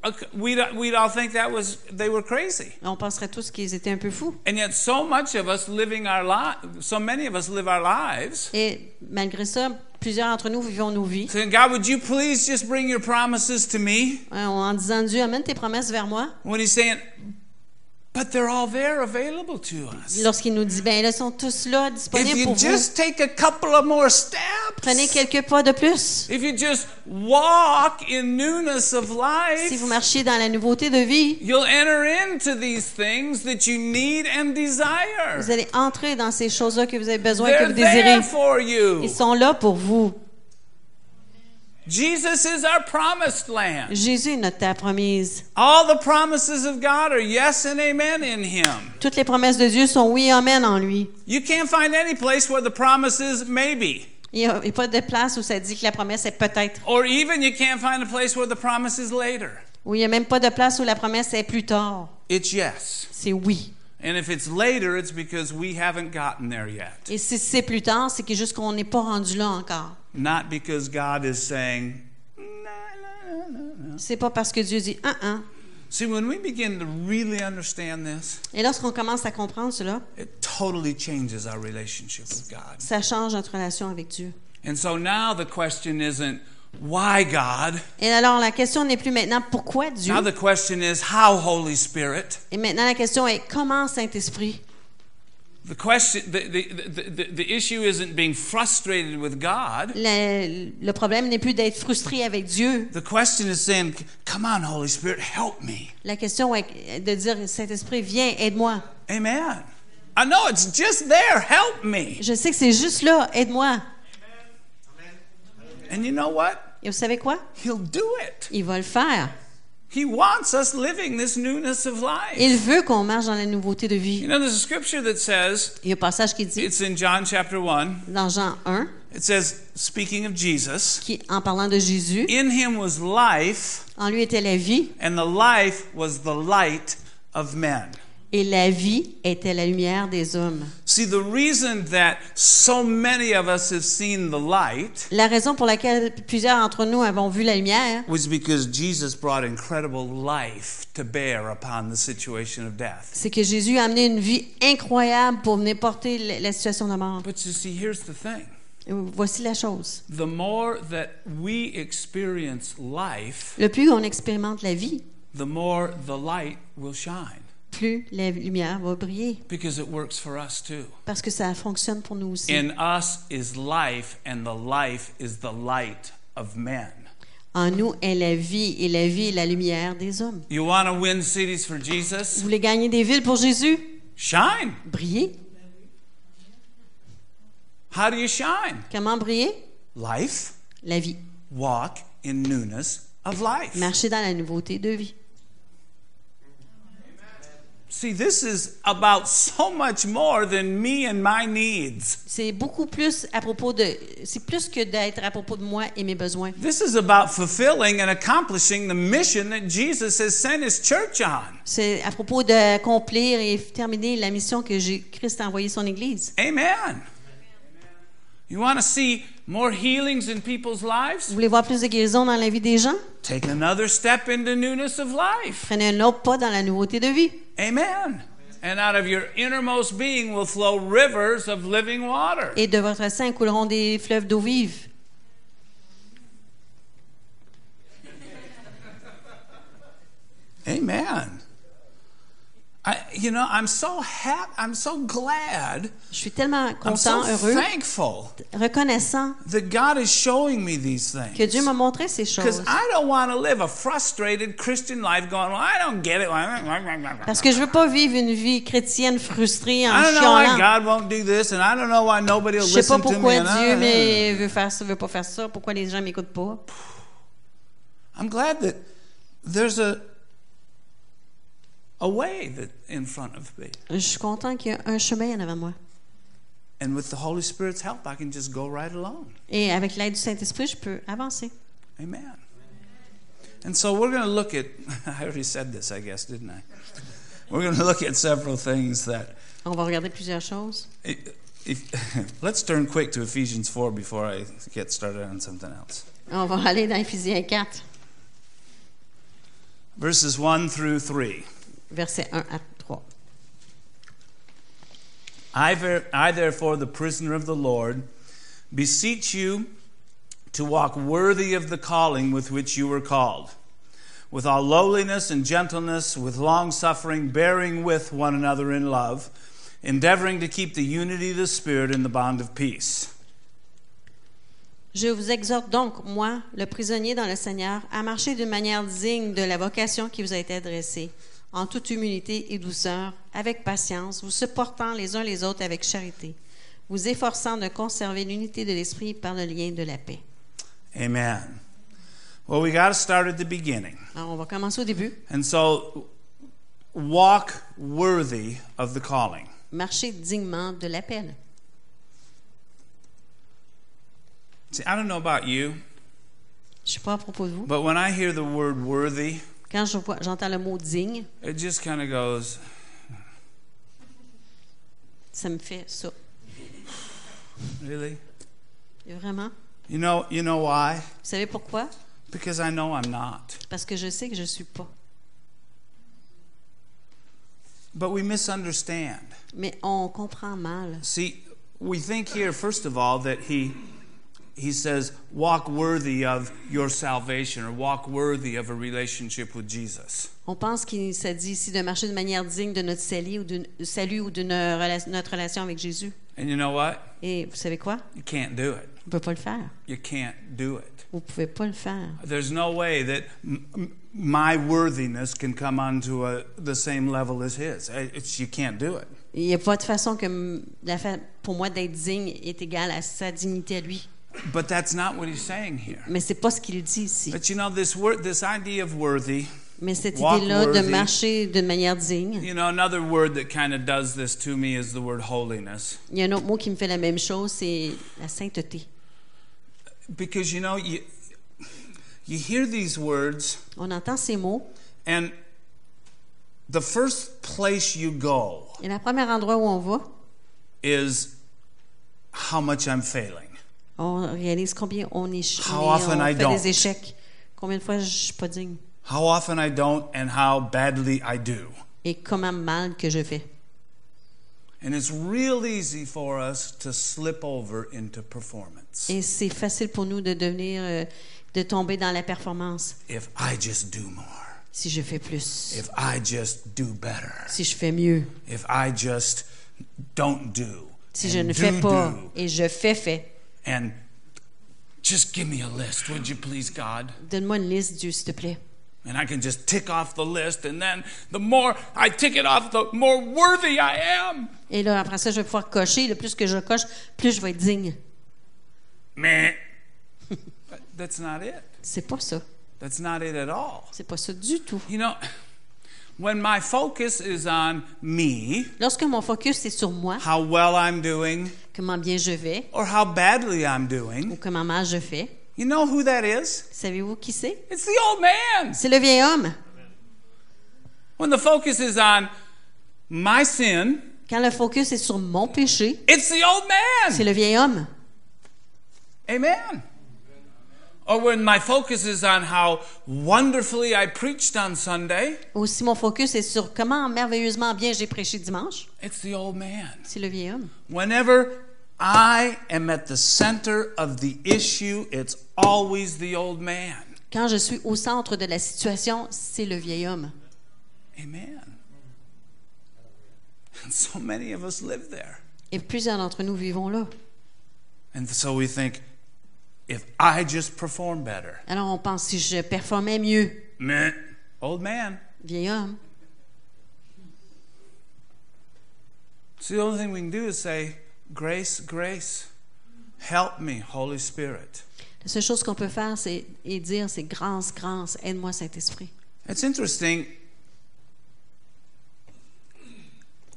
Speaker 1: okay, we'd, we'd all think that was they were crazy,
Speaker 2: On penserait tous qu'ils étaient un peu fous.
Speaker 1: and yet so much of us living our lives, so many of us live our lives.
Speaker 2: Et malgré ça, plusieurs d'entre nous vivons nos vies
Speaker 1: Saying, God, would you please just bring your promises to me?
Speaker 2: euh, en disant Dieu amène tes promesses vers moi.
Speaker 1: When He's saying, but they're all there, available to us.
Speaker 2: Lorsqu'il nous dit ben elles sont tous là
Speaker 1: If
Speaker 2: disponibles
Speaker 1: you
Speaker 2: pour vous.
Speaker 1: just take a couple of more
Speaker 2: Prenez
Speaker 1: steps,
Speaker 2: quelques pas de plus.
Speaker 1: if you just walk in newness of
Speaker 2: Si vous
Speaker 1: life,
Speaker 2: marchiez dans la nouveauté de vie,
Speaker 1: you'll enter into these things that you need and desire.
Speaker 2: vous allez entrer dans ces choses-là que vous avez besoin, que
Speaker 1: They're
Speaker 2: vous désirez.
Speaker 1: there for you.
Speaker 2: Ils sont là pour vous.
Speaker 1: Jesus is our promised land.
Speaker 2: Jésus est notre terre promise.
Speaker 1: All the promises of God are yes and amen in Him.
Speaker 2: Toutes les promesses de Dieu sont oui et amen en lui.
Speaker 1: You can't find any place where the promise is maybe,
Speaker 2: Il n'y a, il y a pas de place où ça dit que la promesse est peut-être.
Speaker 1: or even you can't find a place where the promise is later.
Speaker 2: Ou il n'y a même pas de place où la promesse est plus tard.
Speaker 1: It's yes.
Speaker 2: C'est oui.
Speaker 1: And if it's later, it's because we haven't gotten there yet,
Speaker 2: Et si c'est plus tard, c'est que juste qu'on n'est pas rendu là encore.
Speaker 1: not because God is saying, "Nah, nah, nah, nah, nah."
Speaker 2: C'est pas parce que Dieu dit ah ah.
Speaker 1: See, when we begin to really understand this,
Speaker 2: Et lorsqu'on commence à comprendre cela,
Speaker 1: it totally changes our relationship with God.
Speaker 2: ça change notre relation avec Dieu.
Speaker 1: And so now the question isn't, why God?
Speaker 2: Et alors la question n'est plus maintenant pourquoi Dieu.
Speaker 1: Now the question is how Holy Spirit.
Speaker 2: Et maintenant la question est comment Saint-Esprit.
Speaker 1: The question the, the, the, the, the issue isn't being frustrated with God.
Speaker 2: Le, le problème n'est plus d'être frustré avec Dieu.
Speaker 1: The question is saying, "Come on, Holy Spirit, help me."
Speaker 2: La question est de dire Saint-Esprit, viens, aide-moi.
Speaker 1: Amen. I know it's just there. Help me.
Speaker 2: Je sais que c'est juste là, aide-moi.
Speaker 1: And you know what?
Speaker 2: Et vous savez quoi?
Speaker 1: He'll do it.
Speaker 2: Il va le faire.
Speaker 1: He wants us living this newness of life.
Speaker 2: Il veut qu'on marche dans la nouveauté de
Speaker 1: You
Speaker 2: vie.
Speaker 1: know, there's a scripture that says,
Speaker 2: Il y a un passage qui dit,
Speaker 1: it's in John chapter 1,
Speaker 2: dans Jean 1,
Speaker 1: it says, speaking of Jesus,
Speaker 2: qui, en parlant de Jésus,
Speaker 1: in him was life,
Speaker 2: en lui était la vie,
Speaker 1: and the life was the light of men.
Speaker 2: et la vie était la lumière des hommes.
Speaker 1: See, the reason that so many of us have seen the light
Speaker 2: La raison pour laquelle plusieurs d'entre nous avons vu la lumière,
Speaker 1: was because Jesus brought incredible life to bear upon the situation of death.
Speaker 2: c'est que Jésus a amené une vie incroyable pour venir porter la la situation de mort.
Speaker 1: But you see, here's the thing
Speaker 2: Et Voici la chose.
Speaker 1: the more that we experience life,
Speaker 2: Le plus on expérimente la vie,
Speaker 1: the more the light will shine
Speaker 2: plus la lumière va briller,
Speaker 1: because it works for us too.
Speaker 2: parce que ça fonctionne pour nous aussi.
Speaker 1: In us is life, and the life is the light of men.
Speaker 2: En nous est la vie, et la vie est la lumière des hommes.
Speaker 1: You want to win cities for
Speaker 2: Vous
Speaker 1: Jesus?
Speaker 2: voulez gagner des villes pour Jésus?
Speaker 1: Shine.
Speaker 2: Briller.
Speaker 1: How do you shine?
Speaker 2: Comment briller?
Speaker 1: Life.
Speaker 2: La vie.
Speaker 1: Walk in newness of life.
Speaker 2: Marcher dans la nouveauté de vie.
Speaker 1: See, this is about so much more than me and my needs.
Speaker 2: C'est beaucoup plus à propos de. C'est plus que d'être à propos de moi et mes besoins.
Speaker 1: This is about fulfilling and accomplishing the mission that Jesus has sent his church on.
Speaker 2: C'est à propos d'accomplir et terminer la mission que j'ai- Christ a envoyé son Église.
Speaker 1: Amen. You want to see more healings in people's
Speaker 2: Vous
Speaker 1: lives?
Speaker 2: voulez voir plus de guérison dans la vie des gens?
Speaker 1: Take another step into newness of life.
Speaker 2: Prenez un autre pas dans la nouveauté de vie.
Speaker 1: Amen. And out of your innermost being will flow rivers of living water.
Speaker 2: Et de votre sein couleront des fleuves d'eau vive.
Speaker 1: Amen. I, you know, I'm so happy. I'm so glad.
Speaker 2: Je suis tellement
Speaker 1: I'm so
Speaker 2: content, heureux,
Speaker 1: thankful
Speaker 2: reconnaissant
Speaker 1: that God is showing me these
Speaker 2: que Dieu m'a
Speaker 1: things.
Speaker 2: montré ces
Speaker 1: Because
Speaker 2: choses.
Speaker 1: I don't want to live a frustrated Christian life going, well, I don't get it.
Speaker 2: Parce que je veux pas vivre une vie chrétienne frustrée en
Speaker 1: I don't know why
Speaker 2: chialant.
Speaker 1: God won't do this, and I don't know why nobody will
Speaker 2: Je sais pas
Speaker 1: listen to me.
Speaker 2: pourquoi
Speaker 1: and I-
Speaker 2: Dieu mais veut faire ça, veut pas faire ça, pourquoi les gens m'écoutent pas.
Speaker 1: I'm glad that there's a a way that in front of me.
Speaker 2: Je suis content qu'il y a un chemin en avant de moi.
Speaker 1: And with the Holy Spirit's help, I can just go right along.
Speaker 2: Et avec l'aide du Saint-Esprit, je peux avancer.
Speaker 1: Amen. And so we're going to look at, I already said this, I guess, didn't I? We're going to look at several things that,
Speaker 2: On va regarder plusieurs choses.
Speaker 1: if, let's turn quick to Ephesians 4 before I get started on something else.
Speaker 2: On va aller dans Éphésiens 4,
Speaker 1: Verses 1 through 3.
Speaker 2: versets 1 à 3.
Speaker 1: I, ver- I therefore, the prisoner of the Lord, beseech you to walk worthy of the calling with which you were called, with all lowliness and gentleness, with long suffering, bearing with one another in love, endeavoring to keep the unity of the Spirit in the bond of peace.
Speaker 2: Je vous exhorte donc, moi, le prisonnier dans le Seigneur, à marcher d'une manière digne de la vocation qui vous a été adressée, en toute humilité et douceur, avec patience, vous supportant les uns les autres avec charité, vous efforçant de conserver l'unité de l'esprit par le lien de la paix.
Speaker 1: Amen. Well, we got to start at the beginning.
Speaker 2: Alors, on va commencer au début.
Speaker 1: And so, walk worthy of the calling.
Speaker 2: Marcher dignement de l'appel.
Speaker 1: See, I don't know about you,
Speaker 2: Je suis pas à propos de vous.
Speaker 1: but when I hear the word worthy,
Speaker 2: Quand je vois- j'entends le mot digne,
Speaker 1: It just kind of goes,
Speaker 2: ça me fait ça.
Speaker 1: really?
Speaker 2: Et Vraiment.
Speaker 1: You know, you know why?
Speaker 2: Vous savez pourquoi?
Speaker 1: Because I know I'm not.
Speaker 2: Parce que je sais que je suis pas.
Speaker 1: But we misunderstand.
Speaker 2: Mais on comprend mal.
Speaker 1: See, we think here first of all that he he says walk worthy of your salvation or walk worthy of a relationship with Jesus.
Speaker 2: On pense qu'il ça dit ici de marcher de manière digne de notre salut ou d'une salut ou d'une rela- notre relation avec Jésus.
Speaker 1: And you know what?
Speaker 2: Et vous savez quoi?
Speaker 1: You can't do it.
Speaker 2: On peut pas le faire.
Speaker 1: You can't do it.
Speaker 2: Vous pouvez pas le faire.
Speaker 1: There's no way that m- m- my worthiness can come onto a, the same level as his. I- It's, you can't do it.
Speaker 2: Il n'y a pas de façon que m- la fa- pour moi d'être digne est égale à sa dignité à lui.
Speaker 1: But that's not what he's saying here.
Speaker 2: Mais c'est pas ce qu'il dit ici.
Speaker 1: But you know, this word, this idea of worthy,
Speaker 2: Mais cette
Speaker 1: Walk
Speaker 2: idée-là de
Speaker 1: worthy.
Speaker 2: marcher d'une manière digne,
Speaker 1: You know, another word that kind of does this to me is the word holiness.
Speaker 2: il y a un autre mot qui me fait la même chose, c'est la sainteté.
Speaker 1: Because, you know, you, you hear these words,
Speaker 2: On entend ces mots,
Speaker 1: and the first place you go
Speaker 2: et le premier endroit où on va,
Speaker 1: is how much I'm failing.
Speaker 2: on réalise combien on échoue,
Speaker 1: How
Speaker 2: on
Speaker 1: often I
Speaker 2: fait
Speaker 1: don't.
Speaker 2: des échecs, combien de fois je suis pas digne,
Speaker 1: How often I don't, and how badly I do.
Speaker 2: et comment mal que je fais.
Speaker 1: And it's real easy for us to slip over into performance.
Speaker 2: Et c'est facile pour nous de devenir, euh, de tomber dans la performance.
Speaker 1: If I just do more,
Speaker 2: Si je fais plus,
Speaker 1: if I just do better,
Speaker 2: si je fais mieux,
Speaker 1: if I just don't do,
Speaker 2: si je
Speaker 1: and
Speaker 2: ne fais
Speaker 1: do
Speaker 2: pas,
Speaker 1: do,
Speaker 2: et je fais, fais.
Speaker 1: and just give me a list, would you please, God?
Speaker 2: Donne-moi une liste, Dieu, s'il te plaît.
Speaker 1: And I can just tick off the list, and then the more I tick it off, the more worthy I am.
Speaker 2: Et là, après ça, je vais pouvoir cocher. Le plus que je coche, plus je vais être digne.
Speaker 1: Meh. but that's not it.
Speaker 2: C'est pas ça.
Speaker 1: That's not it at all.
Speaker 2: C'est pas ça du tout.
Speaker 1: You know, when my focus is on me,
Speaker 2: Lorsque mon focus est sur moi,
Speaker 1: how well I'm doing
Speaker 2: comment bien je vais
Speaker 1: or how badly I'm
Speaker 2: ou
Speaker 1: doing,
Speaker 2: comment mal je fais,
Speaker 1: you know who that is?
Speaker 2: savez-vous qui c'est?
Speaker 1: It's the old man.
Speaker 2: C'est le vieil homme.
Speaker 1: When the focus is on my sin,
Speaker 2: Quand le focus est sur mon péché,
Speaker 1: it's the old
Speaker 2: c'est
Speaker 1: man.
Speaker 2: le vieil homme.
Speaker 1: Amen. Or when my focus is on how wonderfully I preached on Sunday,
Speaker 2: Ou si mon focus est sur comment merveilleusement bien j'ai prêché dimanche,
Speaker 1: it's the old man.
Speaker 2: c'est le vieil homme.
Speaker 1: Whenever I am at the center of the issue, it's always the old man.
Speaker 2: Quand je suis au centre de la situation, c'est le vieil homme.
Speaker 1: Amen. And so many of us live there.
Speaker 2: Et plusieurs d'entre nous vivons là.
Speaker 1: And so we think, if I just perform better,
Speaker 2: Alors on pense si je performais mieux,
Speaker 1: meh, old man.
Speaker 2: vieil homme.
Speaker 1: So the only thing we can do is say, grace, grace, help me, Holy Spirit.
Speaker 2: La seule chose qu'on peut faire, c'est et dire, c'est grâce, grâce, aide-moi Saint-Esprit.
Speaker 1: It's interesting.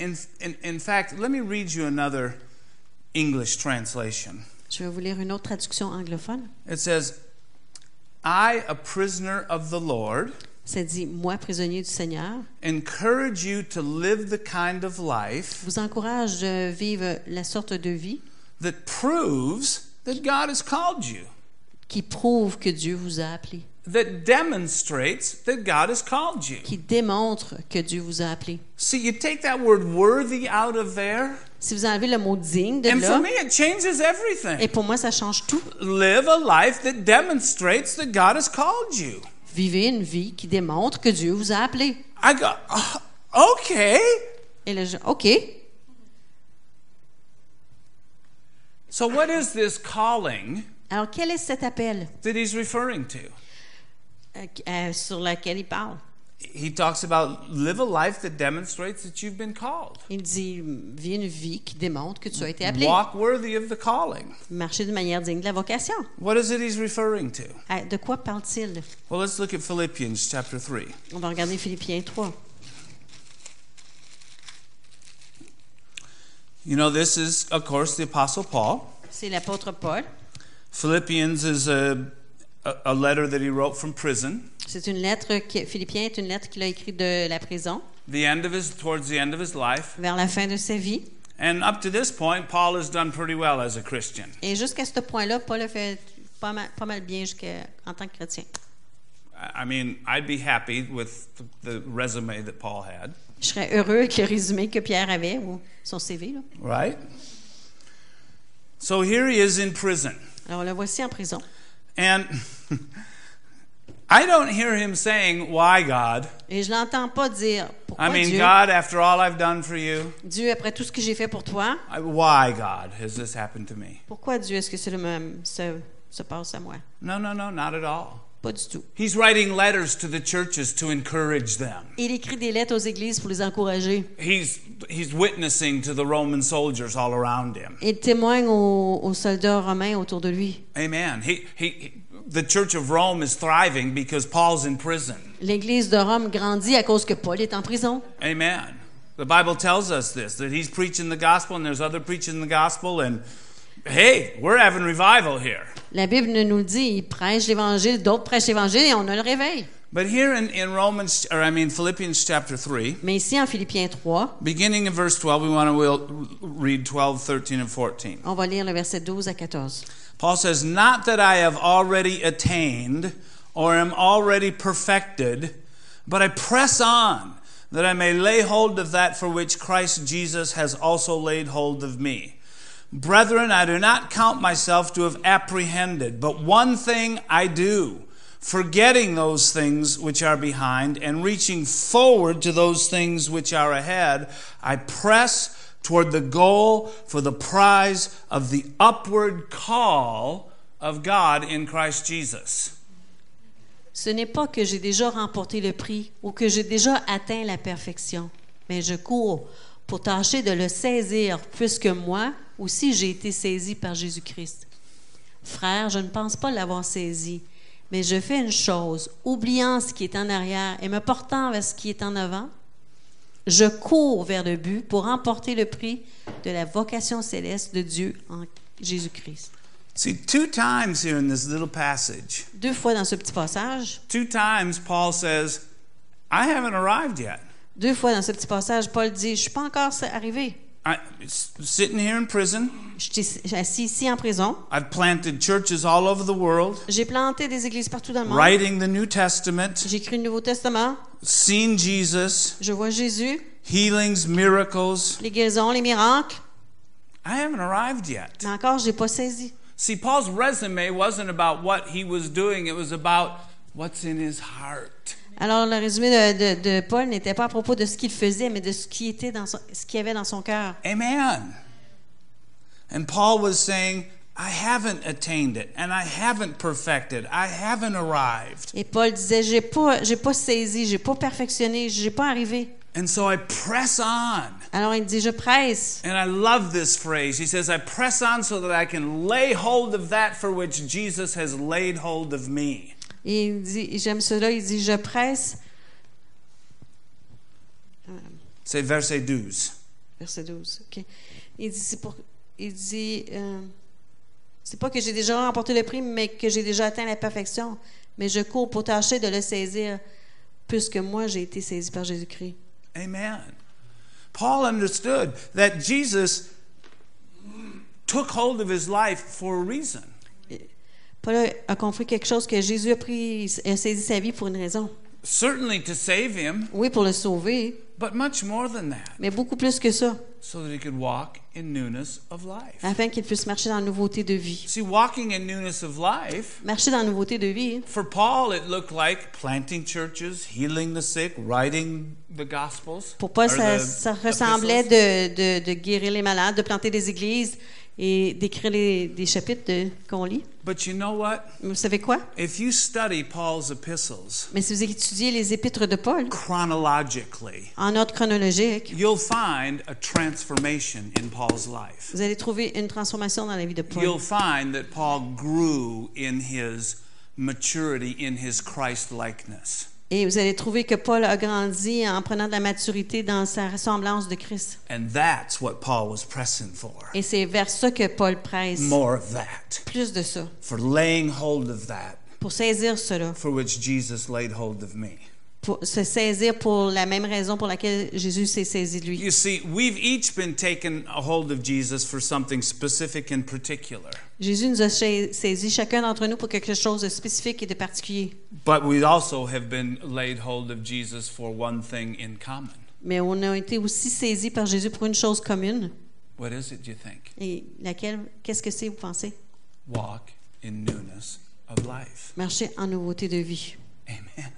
Speaker 1: In, in, in fact, let me read you another English translation.
Speaker 2: Je vais vous lire une autre traduction anglophone.
Speaker 1: It says, I, a prisoner of the Lord,
Speaker 2: Ça dit, moi, prisonnier du Seigneur,
Speaker 1: encourage you to live the kind of life
Speaker 2: vous encourage de vivre la sorte de vie
Speaker 1: that proves that God has called you,
Speaker 2: qui prouve que Dieu vous a appelé,
Speaker 1: that demonstrates that God has called you.
Speaker 2: qui démontre que Dieu vous a appelé.
Speaker 1: See, you take that word worthy out of there,
Speaker 2: Si vous enlevez le mot digne de
Speaker 1: and for
Speaker 2: là,
Speaker 1: me, it changes
Speaker 2: et
Speaker 1: everything.
Speaker 2: pour moi, ça change tout.
Speaker 1: Live a life that demonstrates that God has called you.
Speaker 2: Vivez une vie qui démontre que Dieu vous a appelé.
Speaker 1: I go, "Oh, okay.
Speaker 2: Et là, je, OK.
Speaker 1: So, what is this calling
Speaker 2: Alors, quel est cet appel
Speaker 1: that he's referring to?
Speaker 2: euh, euh, sur lequel il parle?
Speaker 1: He talks about live a life that demonstrates that you've been called.
Speaker 2: Il dit, vis une vie qui démontre que tu as été appelé.
Speaker 1: Walk worthy of the calling.
Speaker 2: Marcher de manière digne de la vocation.
Speaker 1: What is it he's referring to?
Speaker 2: À- De quoi parle-t-il?
Speaker 1: Well, let's look at Philippians chapter 3.
Speaker 2: On va regarder Philippiens 3.
Speaker 1: You know, this is, of course, the Apostle Paul.
Speaker 2: C'est l'apôtre Paul.
Speaker 1: Philippians is a, a, a letter that he wrote from prison.
Speaker 2: C'est une lettre que Philippiens est une lettre qu'il a écrite de la prison
Speaker 1: The end of his, towards the end of his life.
Speaker 2: vers la fin de sa vie.
Speaker 1: And up to this point, Paul has done pretty well as a Christian.
Speaker 2: Et jusqu'à ce point-là, Paul a fait pas mal, pas mal bien jusqu'à- en tant que chrétien.
Speaker 1: I I mean, I'd be happy with th- the resume that Paul had,
Speaker 2: Je serais heureux avec le résumé que Pierre avait ou son CV. là.
Speaker 1: right? So here he is in prison.
Speaker 2: Alors le voici en prison.
Speaker 1: And I don't hear him saying, Why, God?
Speaker 2: Et je l'entends pas dire pourquoi
Speaker 1: I mean,
Speaker 2: Dieu,
Speaker 1: God, after all I've done for you,
Speaker 2: Dieu, après tout ce que j'ai fait pour toi,
Speaker 1: I, why, God, has this happened to me?
Speaker 2: pourquoi Dieu est-ce que c'est le même se, se passe à moi?
Speaker 1: No, no, no, not at all.
Speaker 2: Pas du tout.
Speaker 1: He's writing letters to the churches to encourage them.
Speaker 2: Il écrit des lettres aux églises pour les encourager.
Speaker 1: He's, he's witnessing to the Roman soldiers all around him.
Speaker 2: Il témoigne aux, aux soldats romains autour de lui.
Speaker 1: Amen. He, he, he- the church of Rome is thriving because Paul's in prison.
Speaker 2: L'Église de Rome grandit à cause que Paul est en prison.
Speaker 1: Amen. The Bible tells us this that he's preaching the gospel and there's other preaching the gospel and hey, we're having revival here.
Speaker 2: La Bible ne nous le dit, il prêche l'Évangile, d'autres prêchent l'Évangile et on a le réveil.
Speaker 1: But here in, in Romans or I mean Philippians chapter 3,
Speaker 2: Mais ici, en Philippiens 3,
Speaker 1: beginning in verse 12, we want to will, read 12, 13 and 14.
Speaker 2: on va lire le verset 12 à 14.
Speaker 1: Paul says, Not that I have already attained or am already perfected, but I press on that I may lay hold of that for which Christ Jesus has also laid hold of me. Brethren, I do not count myself to have apprehended, but one thing I do, forgetting those things which are behind and reaching forward to those things which are ahead, I press toward the goal for the prize of the upward call of God in Christ Jesus.
Speaker 2: Ce n'est pas que j'ai déjà remporté le prix ou que j'ai déjà atteint la perfection, mais je cours pour tâcher de le saisir, puisque moi aussi j'ai été saisi par Jésus-Christ. Frère, je ne pense pas l'avoir saisi, mais je fais une chose, oubliant ce qui est en arrière et me portant vers ce qui est en avant. Je cours vers le but pour remporter le prix de la vocation céleste de Dieu en Jésus-Christ.
Speaker 1: See, two times here in this little passage,
Speaker 2: Deux fois dans ce petit passage,
Speaker 1: two times Paul says, I haven't arrived yet.
Speaker 2: deux fois dans ce petit passage, Paul dit, je ne suis pas encore arrivé.
Speaker 1: I'm sitting here in prison.
Speaker 2: Je suis assis ici en prison.
Speaker 1: I've planted churches all over the world,
Speaker 2: J'ai planté des églises partout dans le monde.
Speaker 1: writing the New Testament,
Speaker 2: J'écris le Nouveau Testament.
Speaker 1: seen Jesus,
Speaker 2: Je vois Jésus,
Speaker 1: healings, miracles.
Speaker 2: les guérisons, les miracles.
Speaker 1: I haven't arrived yet.
Speaker 2: Mais encore, je n'ai pas saisi.
Speaker 1: See, Paul's resume wasn't about what he was doing, it was about what's in his heart.
Speaker 2: Alors, le résumé de, de- de Paul n'était pas à propos de ce qu'il faisait, mais de ce qui était dans son- ce qu'il y avait dans son cœur.
Speaker 1: Amen. And Paul was saying, I haven't attained it, and I haven't perfected, I haven't arrived.
Speaker 2: Et Paul disait, j'ai pas, j'ai pas saisi, j'ai pas perfectionné, j'ai pas arrivé.
Speaker 1: And so I press on.
Speaker 2: Alors, il dit, je presse.
Speaker 1: And I love this phrase. He says, I press on so that I can lay hold of that for which Jesus has laid hold of me.
Speaker 2: Et il dit, et j'aime cela, il dit, je presse.
Speaker 1: Say verse 12.
Speaker 2: Verset 12. OK. Il dit, c'est pour- il dit, euh, c'est pas que j'ai déjà remporté le prix, mais que j'ai déjà atteint la perfection. Mais je cours pour tâcher de le saisir, puisque moi j'ai été saisi par Jésus-Christ.
Speaker 1: Amen. Paul understood that Jesus took hold of his life for a reason.
Speaker 2: Paul a- a compris quelque chose que Jésus a pris, a saisi sa vie pour une raison.
Speaker 1: Certainly to save him,
Speaker 2: Oui, pour le sauver,
Speaker 1: but much more than that,
Speaker 2: mais beaucoup plus que ça,
Speaker 1: so that he could walk in newness of life.
Speaker 2: afin qu'il puisse marcher dans la nouveauté de vie.
Speaker 1: See, walking in newness of life
Speaker 2: Marcher dans la nouveauté de vie, hein.
Speaker 1: For Paul, it looked like planting churches, healing the sick, writing the Gospels.
Speaker 2: Pour Paul,
Speaker 1: or
Speaker 2: ça,
Speaker 1: the
Speaker 2: ça
Speaker 1: epistles.
Speaker 2: ressemblait de, de- de guérir les malades, de planter des églises et d'écrire les- des chapitres de- qu'on lit.
Speaker 1: But you know what?
Speaker 2: Vous savez quoi?
Speaker 1: If you study Paul's epistles
Speaker 2: Mais si vous étudiez les épîtres de Paul
Speaker 1: chronologically,
Speaker 2: en ordre chronologique,
Speaker 1: you'll find a transformation in Paul's life.
Speaker 2: vous allez trouver une transformation dans la vie de Paul.
Speaker 1: You'll find that Paul grew in his maturity, in his Christ likeness.
Speaker 2: Et vous allez trouver que Paul a grandi en prenant de la maturité dans sa ressemblance de Christ.
Speaker 1: And that's what Paul was pressing for.
Speaker 2: Et c'est vers ça que Paul presse.
Speaker 1: More of that.
Speaker 2: Plus de ça.
Speaker 1: For laying hold of that
Speaker 2: Pour saisir cela.
Speaker 1: for which Jesus laid hold of me.
Speaker 2: Pour se saisir pour la même raison pour laquelle Jésus s'est saisi de lui.
Speaker 1: You see, we've each been taken a hold of Jesus for something specific and particular,
Speaker 2: Jésus nous a sais- saisi chacun d'entre nous pour quelque chose de spécifique et de particulier.
Speaker 1: but we also have been laid hold of Jesus for one thing in common.
Speaker 2: Mais on a été aussi saisis par Jésus pour une chose commune.
Speaker 1: What is it, do you think?
Speaker 2: Et laquelle, qu'est-ce que c'est, vous pensez?
Speaker 1: Walk in newness of life.
Speaker 2: Marcher en nouveauté de vie.
Speaker 1: Amen.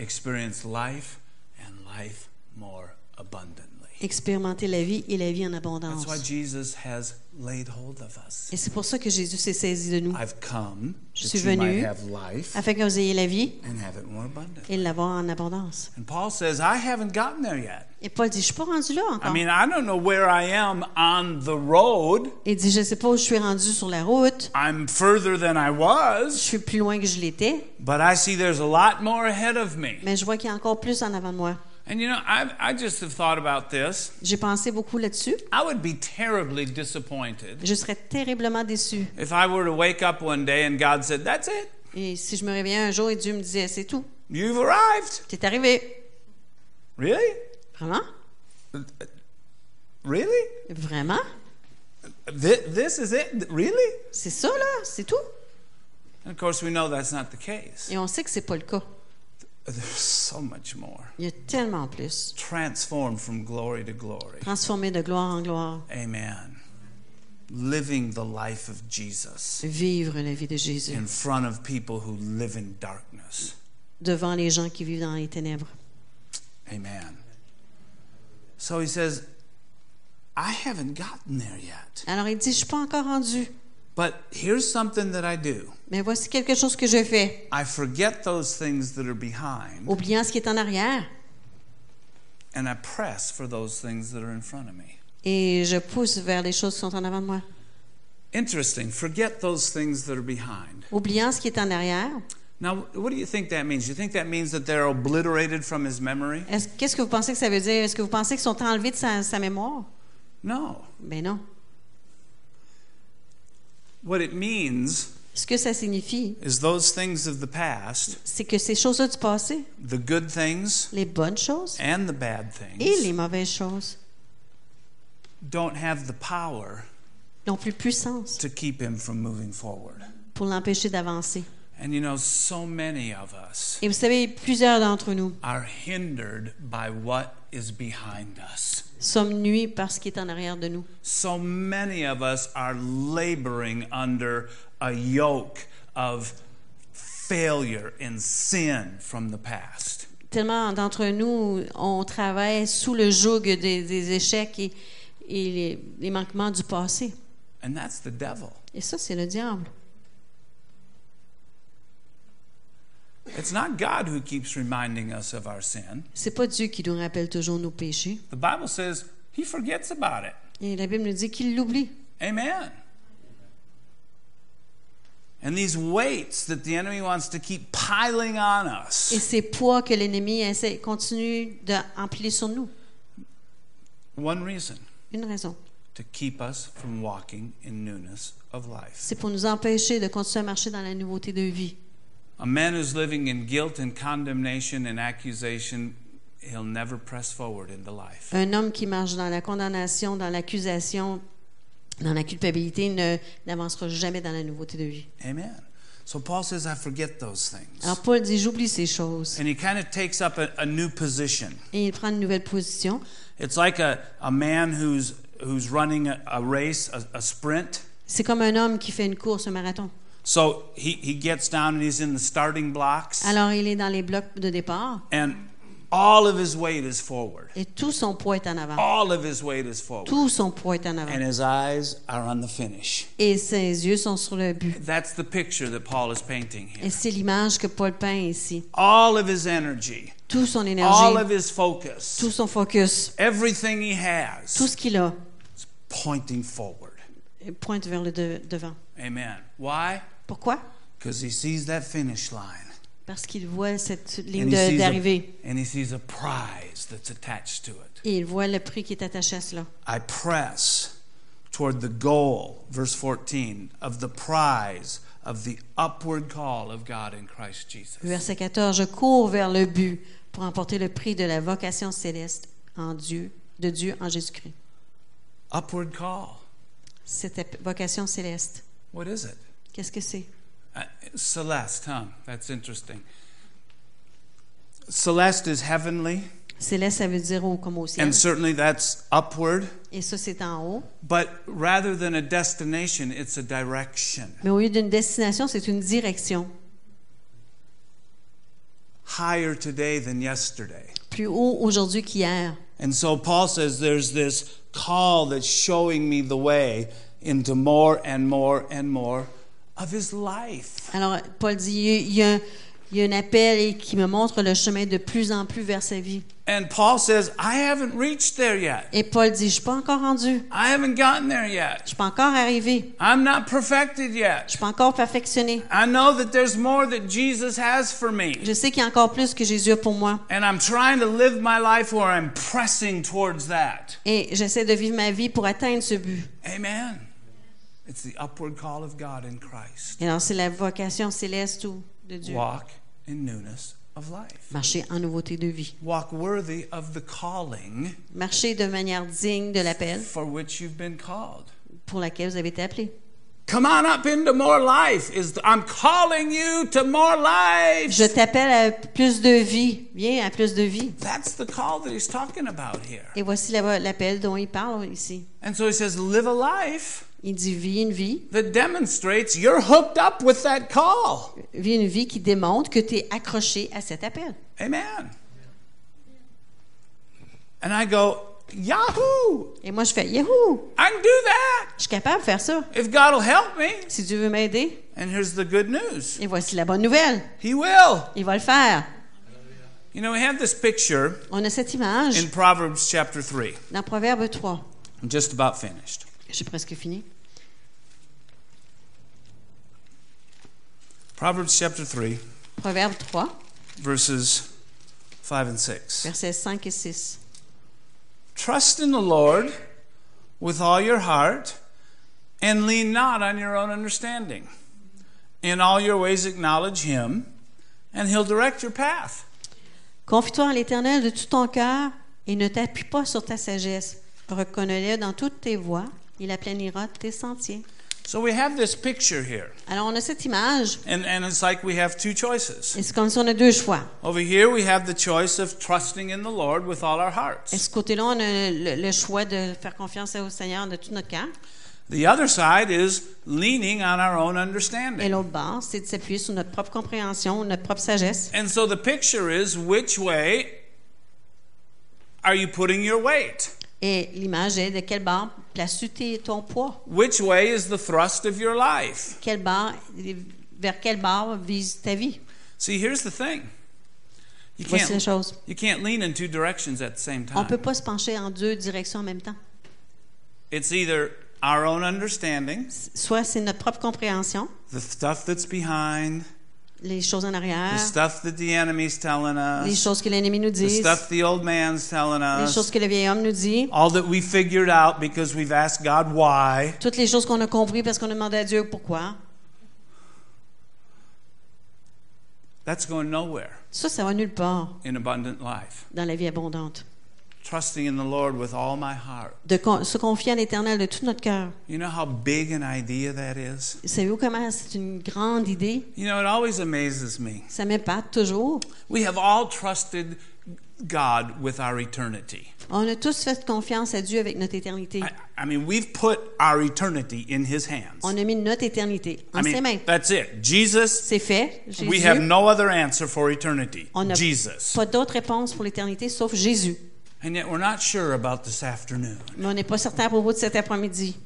Speaker 1: Experience life and life more abundantly.
Speaker 2: expérimenter la vie et la vie en abondance.
Speaker 1: That's why Jesus has laid hold of us.
Speaker 2: Et c'est pour ça que Jésus s'est saisi de nous,
Speaker 1: I've come
Speaker 2: Je
Speaker 1: that
Speaker 2: suis
Speaker 1: you might
Speaker 2: venu
Speaker 1: have life
Speaker 2: afin que vous ayez la vie
Speaker 1: and have it more abundant.
Speaker 2: et l'avoir en abondance.
Speaker 1: And Paul says, I haven't gotten there yet.
Speaker 2: Et Paul dit, je suis pas rendu là
Speaker 1: I
Speaker 2: encore.
Speaker 1: mean, I don't know where I am on the road.
Speaker 2: Il dit, je sais pas où je suis rendu sur la route,
Speaker 1: I'm further than I
Speaker 2: je
Speaker 1: was,
Speaker 2: suis plus loin que je l'étais,
Speaker 1: but I see there's a lot more ahead of me.
Speaker 2: mais je vois qu'il y a encore plus en avant de moi.
Speaker 1: And you know, I, I just have thought about this.
Speaker 2: J'ai pensé beaucoup là-dessus.
Speaker 1: I would be terribly disappointed
Speaker 2: Je serais terriblement déçu.
Speaker 1: if I were to wake up one day and God said, That's it,
Speaker 2: Et si je me réveillais un jour et Dieu me disait, c'est tout,
Speaker 1: you've arrived.
Speaker 2: t'es arrivé.
Speaker 1: Really?
Speaker 2: Vraiment?
Speaker 1: Really?
Speaker 2: Vraiment?
Speaker 1: Th- this is it? Really?
Speaker 2: C'est ça, là? C'est tout?
Speaker 1: And of course, we know that's not the case.
Speaker 2: Et on sait que c'est pas le cas.
Speaker 1: There's so much more.
Speaker 2: Il y a tellement plus.
Speaker 1: Transformed from glory to glory.
Speaker 2: Transformé de gloire en gloire.
Speaker 1: Amen. Living the life of Jesus
Speaker 2: Vivre la vie de Jésus
Speaker 1: in front of people who live in darkness.
Speaker 2: devant les gens qui vivent dans les ténèbres.
Speaker 1: Amen. So he says, I haven't gotten there yet.
Speaker 2: Alors il dit, je suis pas encore rendu,
Speaker 1: But here's something that I do
Speaker 2: mais voici quelque chose que je fais.
Speaker 1: I forget those things that are behind
Speaker 2: Oubliant ce qui est en arrière,
Speaker 1: and I press for those things that are in front of me.
Speaker 2: et je pousse vers les choses qui sont en avant de moi.
Speaker 1: Interesting. Forget those things that are behind.
Speaker 2: Oubliant ce qui est en arrière,
Speaker 1: Now, what do you think that means? You think that means that they're obliterated from his memory?
Speaker 2: est-ce- qu'est-ce que vous pensez que ça veut dire? Est-ce que vous pensez qu'ils sont enlevés de sa, sa mémoire?
Speaker 1: No.
Speaker 2: Ben non.
Speaker 1: What it means
Speaker 2: Ce que ça signifie,
Speaker 1: is those things of the past,
Speaker 2: c'est que ces choses-là du passé,
Speaker 1: the good things
Speaker 2: les bonnes choses
Speaker 1: and the bad
Speaker 2: et
Speaker 1: things,
Speaker 2: les mauvaises choses,
Speaker 1: don't have the power
Speaker 2: n'ont plus de puissance
Speaker 1: to keep him from moving forward.
Speaker 2: pour l'empêcher d'avancer.
Speaker 1: And you know, so many of us
Speaker 2: Et vous savez, plusieurs d'entre nous
Speaker 1: are hindered by what is behind us.
Speaker 2: sommes nuits par ce qui est en arrière de nous.
Speaker 1: So many of us are laboring under a yoke of failure and sin from the past.
Speaker 2: Tellement d'entre nous, on travaille sous le joug des, des échecs et, et les, les manquements du passé.
Speaker 1: And that's the devil.
Speaker 2: Et ça, c'est le diable.
Speaker 1: It's not God who keeps reminding us of our sin.
Speaker 2: C'est pas Dieu qui nous rappelle toujours nos péchés.
Speaker 1: The Bible says he forgets about it.
Speaker 2: Et la Bible nous dit qu'il l'oublie.
Speaker 1: Amen. And these weights that the enemy wants to keep piling on us.
Speaker 2: Et ces poids que l'ennemi essaie continue d'empiler sur nous.
Speaker 1: One reason
Speaker 2: Une raison,
Speaker 1: to keep us from walking in newness of life.
Speaker 2: c'est pour nous empêcher de continuer à marcher dans la nouveauté de vie.
Speaker 1: A man who's living in guilt and condemnation and accusation, he'll never press forward into life.
Speaker 2: Un homme qui marche dans la condamnation, dans l'accusation, dans la culpabilité ne- n'avancera jamais dans la nouveauté de vie.
Speaker 1: Amen. So Paul says, I forget those things.
Speaker 2: Alors Paul dit, j'oublie ces choses.
Speaker 1: And he kind of takes up a, a new position.
Speaker 2: Et il prend une nouvelle position.
Speaker 1: It's like a, a man who's, who's running a, a race, a, a sprint.
Speaker 2: C'est comme un homme qui fait une course, un marathon.
Speaker 1: So he, he gets down and he's in the starting blocks,
Speaker 2: Alors il est dans les blocs de départ
Speaker 1: and all of his weight is forward.
Speaker 2: et tout son poids est en avant.
Speaker 1: All of his weight is forward.
Speaker 2: Tout son poids est en avant.
Speaker 1: and his eyes are on the finish.
Speaker 2: Et ses yeux sont sur le but.
Speaker 1: That's the picture that Paul is painting
Speaker 2: Et
Speaker 1: here.
Speaker 2: c'est l'image que Paul peint ici.
Speaker 1: All of his energy,
Speaker 2: Tout son
Speaker 1: all of
Speaker 2: énergie,
Speaker 1: his focus,
Speaker 2: tout son focus,
Speaker 1: everything he
Speaker 2: tout
Speaker 1: has
Speaker 2: ce qu'il a
Speaker 1: is pointing forward.
Speaker 2: pointe vers le de- devant.
Speaker 1: Amen. Why?
Speaker 2: Pourquoi?
Speaker 1: Because he sees that finish line.
Speaker 2: Parce qu'il voit cette ligne
Speaker 1: And he,
Speaker 2: de-
Speaker 1: sees
Speaker 2: d'arrivée.
Speaker 1: a, and he sees a prize that's attached to it.
Speaker 2: Et il voit le prix qui est attaché à cela.
Speaker 1: I press toward the goal, verse 14, of the prize of the upward call of God in Christ
Speaker 2: Le
Speaker 1: Jesus.
Speaker 2: verset 14, je cours vers le but pour emporter le prix de la vocation céleste en Dieu, de Dieu en Jésus-Christ.
Speaker 1: Upward call.
Speaker 2: Cette ap- vocation céleste,
Speaker 1: What is it?
Speaker 2: qu'est-ce que c'est?
Speaker 1: Uh, Celeste, huh? That's interesting. Celeste is heavenly,
Speaker 2: Céleste, ça veut dire haut comme au ciel.
Speaker 1: and certainly that's upward.
Speaker 2: Et ça, c'est en haut.
Speaker 1: But rather than a destination, it's a direction.
Speaker 2: Mais au lieu d'une destination, c'est une direction.
Speaker 1: Higher today than yesterday.
Speaker 2: Plus haut aujourd'hui qu'hier.
Speaker 1: And so Paul says there's this call that's showing me the way into more and more and more of his life.
Speaker 2: Alors, Paul dit, il y a, il y a- il y a un appel et qui me montre le chemin de plus en plus vers sa vie.
Speaker 1: And Paul says, I haven't reached there yet.
Speaker 2: Et Paul dit, je suis pas encore rendu.
Speaker 1: I haven't gotten there yet.
Speaker 2: Je suis pas encore arrivé.
Speaker 1: I'm not perfected yet.
Speaker 2: Je suis pas encore perfectionné.
Speaker 1: I know that there's more that Jesus has for me.
Speaker 2: Je sais qu'il y a encore plus que Jésus a pour moi.
Speaker 1: And I'm trying to live my life where I'm pressing towards that.
Speaker 2: Et j'essaie de vivre ma vie pour atteindre ce but.
Speaker 1: Amen. It's the upward call of God in Christ.
Speaker 2: Et alors, c'est la vocation céleste ou de Dieu.
Speaker 1: Walk in newness of life.
Speaker 2: Marcher en nouveauté de vie.
Speaker 1: Walk worthy of the calling
Speaker 2: Marcher de manière digne de l'appel
Speaker 1: for which you've been called.
Speaker 2: pour laquelle vous avez été appelé.
Speaker 1: Come on up into more life. Is the, I'm calling you to more life.
Speaker 2: Je t'appelle à plus de vie. Viens à plus de vie.
Speaker 1: That's the call that he's talking about here.
Speaker 2: Et voici la- l'appel dont il parle ici.
Speaker 1: And so he says, live a life
Speaker 2: Il dit vis une vie,
Speaker 1: that demonstrates you're hooked up with that call.
Speaker 2: vis une vie qui démontre que tu es accroché à cet appel.
Speaker 1: Amen. And I go, Yahoo!
Speaker 2: Et moi, je fais Yahoo!
Speaker 1: I can do that
Speaker 2: Je suis capable de faire ça.
Speaker 1: if God will help me.
Speaker 2: Si Dieu veut m'aider,
Speaker 1: And here's the good news
Speaker 2: et voici la bonne nouvelle.
Speaker 1: He will.
Speaker 2: Il va le faire.
Speaker 1: You know, we have this picture
Speaker 2: On a cette image
Speaker 1: in Proverbs chapter 3.
Speaker 2: dans Proverbe 3.
Speaker 1: I'm just about finished.
Speaker 2: J'ai presque fini.
Speaker 1: Proverbs chapter 3,
Speaker 2: Proverbe 3,
Speaker 1: verses 5 and 6.
Speaker 2: versets 5 et 6.
Speaker 1: Trust in the Lord with all your heart and lean not on your own understanding. In all your ways acknowledge him, and he'll direct your path.
Speaker 2: Confie-toi en l'Éternel de tout ton cœur et ne t'appuie pas sur ta sagesse. Reconnais-le dans toutes tes voies. Il aplanira tes sentiers.
Speaker 1: So we have this picture here,
Speaker 2: Alors, on a cette image,
Speaker 1: and, and it's like we have two choices.
Speaker 2: et c'est comme si on a deux choix.
Speaker 1: Over here, we have the choice of trusting in the Lord with all our
Speaker 2: De
Speaker 1: hearts.
Speaker 2: ce côté-là, on a le, le choix de faire confiance au Seigneur de tout notre cœur.
Speaker 1: The other side is leaning on our own
Speaker 2: Et
Speaker 1: understanding.
Speaker 2: l'autre bord, c'est de s'appuyer sur notre propre compréhension, notre propre sagesse.
Speaker 1: And so the picture is which way are you putting your weight?
Speaker 2: Et l'image est de quel bord places-tu tes- ton poids?
Speaker 1: Which way is the thrust of your life?
Speaker 2: Quel bord, vers quel bord vise ta vie?
Speaker 1: See, here's the thing. You
Speaker 2: Voici la
Speaker 1: can't,
Speaker 2: chose.
Speaker 1: you can't lean in two directions at the same
Speaker 2: On ne peut
Speaker 1: time.
Speaker 2: pas se pencher en deux directions en même temps.
Speaker 1: It's either our own understanding,
Speaker 2: Soit c'est notre propre compréhension,
Speaker 1: the stuff that's behind,
Speaker 2: les choses en
Speaker 1: the
Speaker 2: arrière,
Speaker 1: stuff that the enemy's telling
Speaker 2: les
Speaker 1: us,
Speaker 2: choses que l'ennemi nous
Speaker 1: the
Speaker 2: dit,
Speaker 1: stuff Ah. the old man's telling
Speaker 2: les choses
Speaker 1: us,
Speaker 2: que le vieil homme nous dit,
Speaker 1: all that we figured out because we've asked God why.
Speaker 2: toutes les choses qu'on a compris parce qu'on a demandé à Dieu pourquoi.
Speaker 1: That's going nowhere
Speaker 2: Ça, ça va nulle part
Speaker 1: in abundant life.
Speaker 2: dans la vie abondante.
Speaker 1: Trusting in the Lord with all my heart.
Speaker 2: de con- se confier à l'Éternel de tout notre cœur.
Speaker 1: You know how big an idea that is?
Speaker 2: Savez-vous comment c'est une grande idée?
Speaker 1: You know, it always amazes me.
Speaker 2: Ça m'épate toujours.
Speaker 1: We have all trusted God with our eternity.
Speaker 2: On a tous fait confiance à Dieu avec notre éternité.
Speaker 1: I, I mean, we've put our eternity in His hands.
Speaker 2: On a mis notre éternité en
Speaker 1: I
Speaker 2: ses mains.
Speaker 1: mean, that's it. Jesus,
Speaker 2: C'est fait.
Speaker 1: we
Speaker 2: Jésus.
Speaker 1: have no other answer for eternity.
Speaker 2: On n'a
Speaker 1: Jesus.
Speaker 2: pas d'autre réponse pour l'éternité sauf Jésus.
Speaker 1: And yet we're not sure about this afternoon.
Speaker 2: Mais on n'est pas certain à propos de cet après-midi.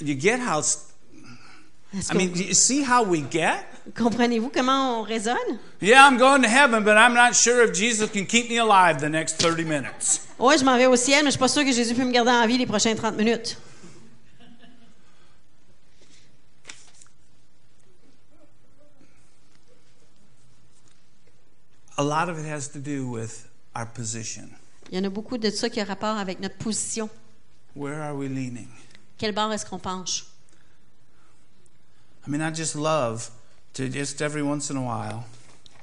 Speaker 1: You get how, s-
Speaker 2: Est-ce
Speaker 1: I
Speaker 2: que
Speaker 1: mean, do you see how we get?
Speaker 2: vous- comprenez-vous comment on raisonne?
Speaker 1: Yeah, I'm going to heaven, but I'm not sure if Jesus can keep me alive the next 30 minutes.
Speaker 2: Ouais, je m'en vais au ciel, mais je suis pas sûre que Jésus peut me garder en vie les prochaines 30 minutes.
Speaker 1: A lot of it has to do with our position.
Speaker 2: Il y en a beaucoup de ça qui a rapport avec notre position.
Speaker 1: Where are we leaning?
Speaker 2: Quel bord est-ce qu'on penche?
Speaker 1: I mean, I just love to just every once in a while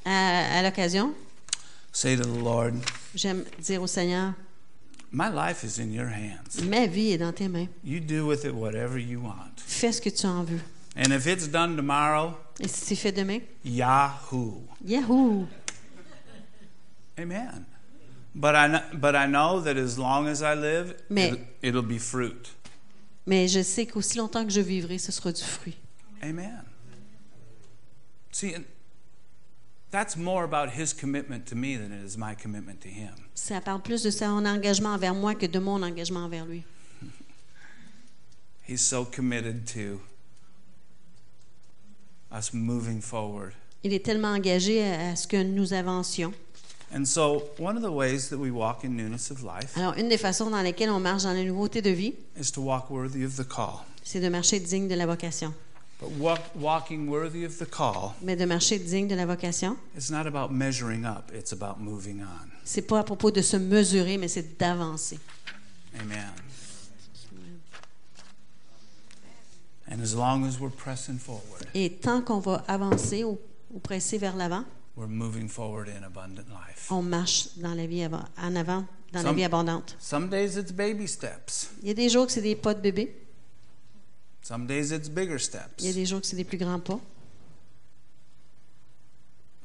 Speaker 2: À- à l'occasion,
Speaker 1: say to the Lord,
Speaker 2: j'aime dire au Seigneur,
Speaker 1: My life is in your hands.
Speaker 2: Ma vie est dans tes mains.
Speaker 1: You do with it whatever you want.
Speaker 2: Fais ce que tu en veux.
Speaker 1: And if it's done tomorrow,
Speaker 2: Et si c'est fait demain,
Speaker 1: Yahoo.
Speaker 2: yahoo!
Speaker 1: Amen. But I, know, but I know that as long as I live,
Speaker 2: Mais-
Speaker 1: it'll, it'll be fruit.
Speaker 2: Mais je sais qu'aussi longtemps que je vivrai, ce sera du fruit.
Speaker 1: Amen. See, and That's more about his commitment to me than it is my commitment to him.
Speaker 2: Ça parle plus de son engagement envers moi que de mon engagement envers lui.
Speaker 1: He's so committed to us moving forward.
Speaker 2: Il est tellement engagé à à ce que nous avancions.
Speaker 1: And so, one of the ways that we walk in newness of life
Speaker 2: Alors, une des façons dans lesquelles on marche dans la nouveauté de vie,
Speaker 1: is to walk worthy of the call.
Speaker 2: c'est de marcher digne de la vocation.
Speaker 1: But walk, walking worthy of the call
Speaker 2: Mais de marcher digne de la vocation,
Speaker 1: is not about measuring up, it's about moving on.
Speaker 2: c'est pas à propos de se mesurer, mais c'est d'avancer.
Speaker 1: Amen. And as long as we're pressing forward,
Speaker 2: Et tant qu'on va avancer ou, ou presser vers l'avant,
Speaker 1: we're moving forward in abundant life.
Speaker 2: on marche dans la vie avant- en avant, dans la
Speaker 1: Some-
Speaker 2: vie abondante.
Speaker 1: Some days it's baby steps,
Speaker 2: Il y a des jours que c'est des pas de bébé,
Speaker 1: some days it's bigger
Speaker 2: il y a
Speaker 1: steps.
Speaker 2: des jours que c'est des plus grands pas.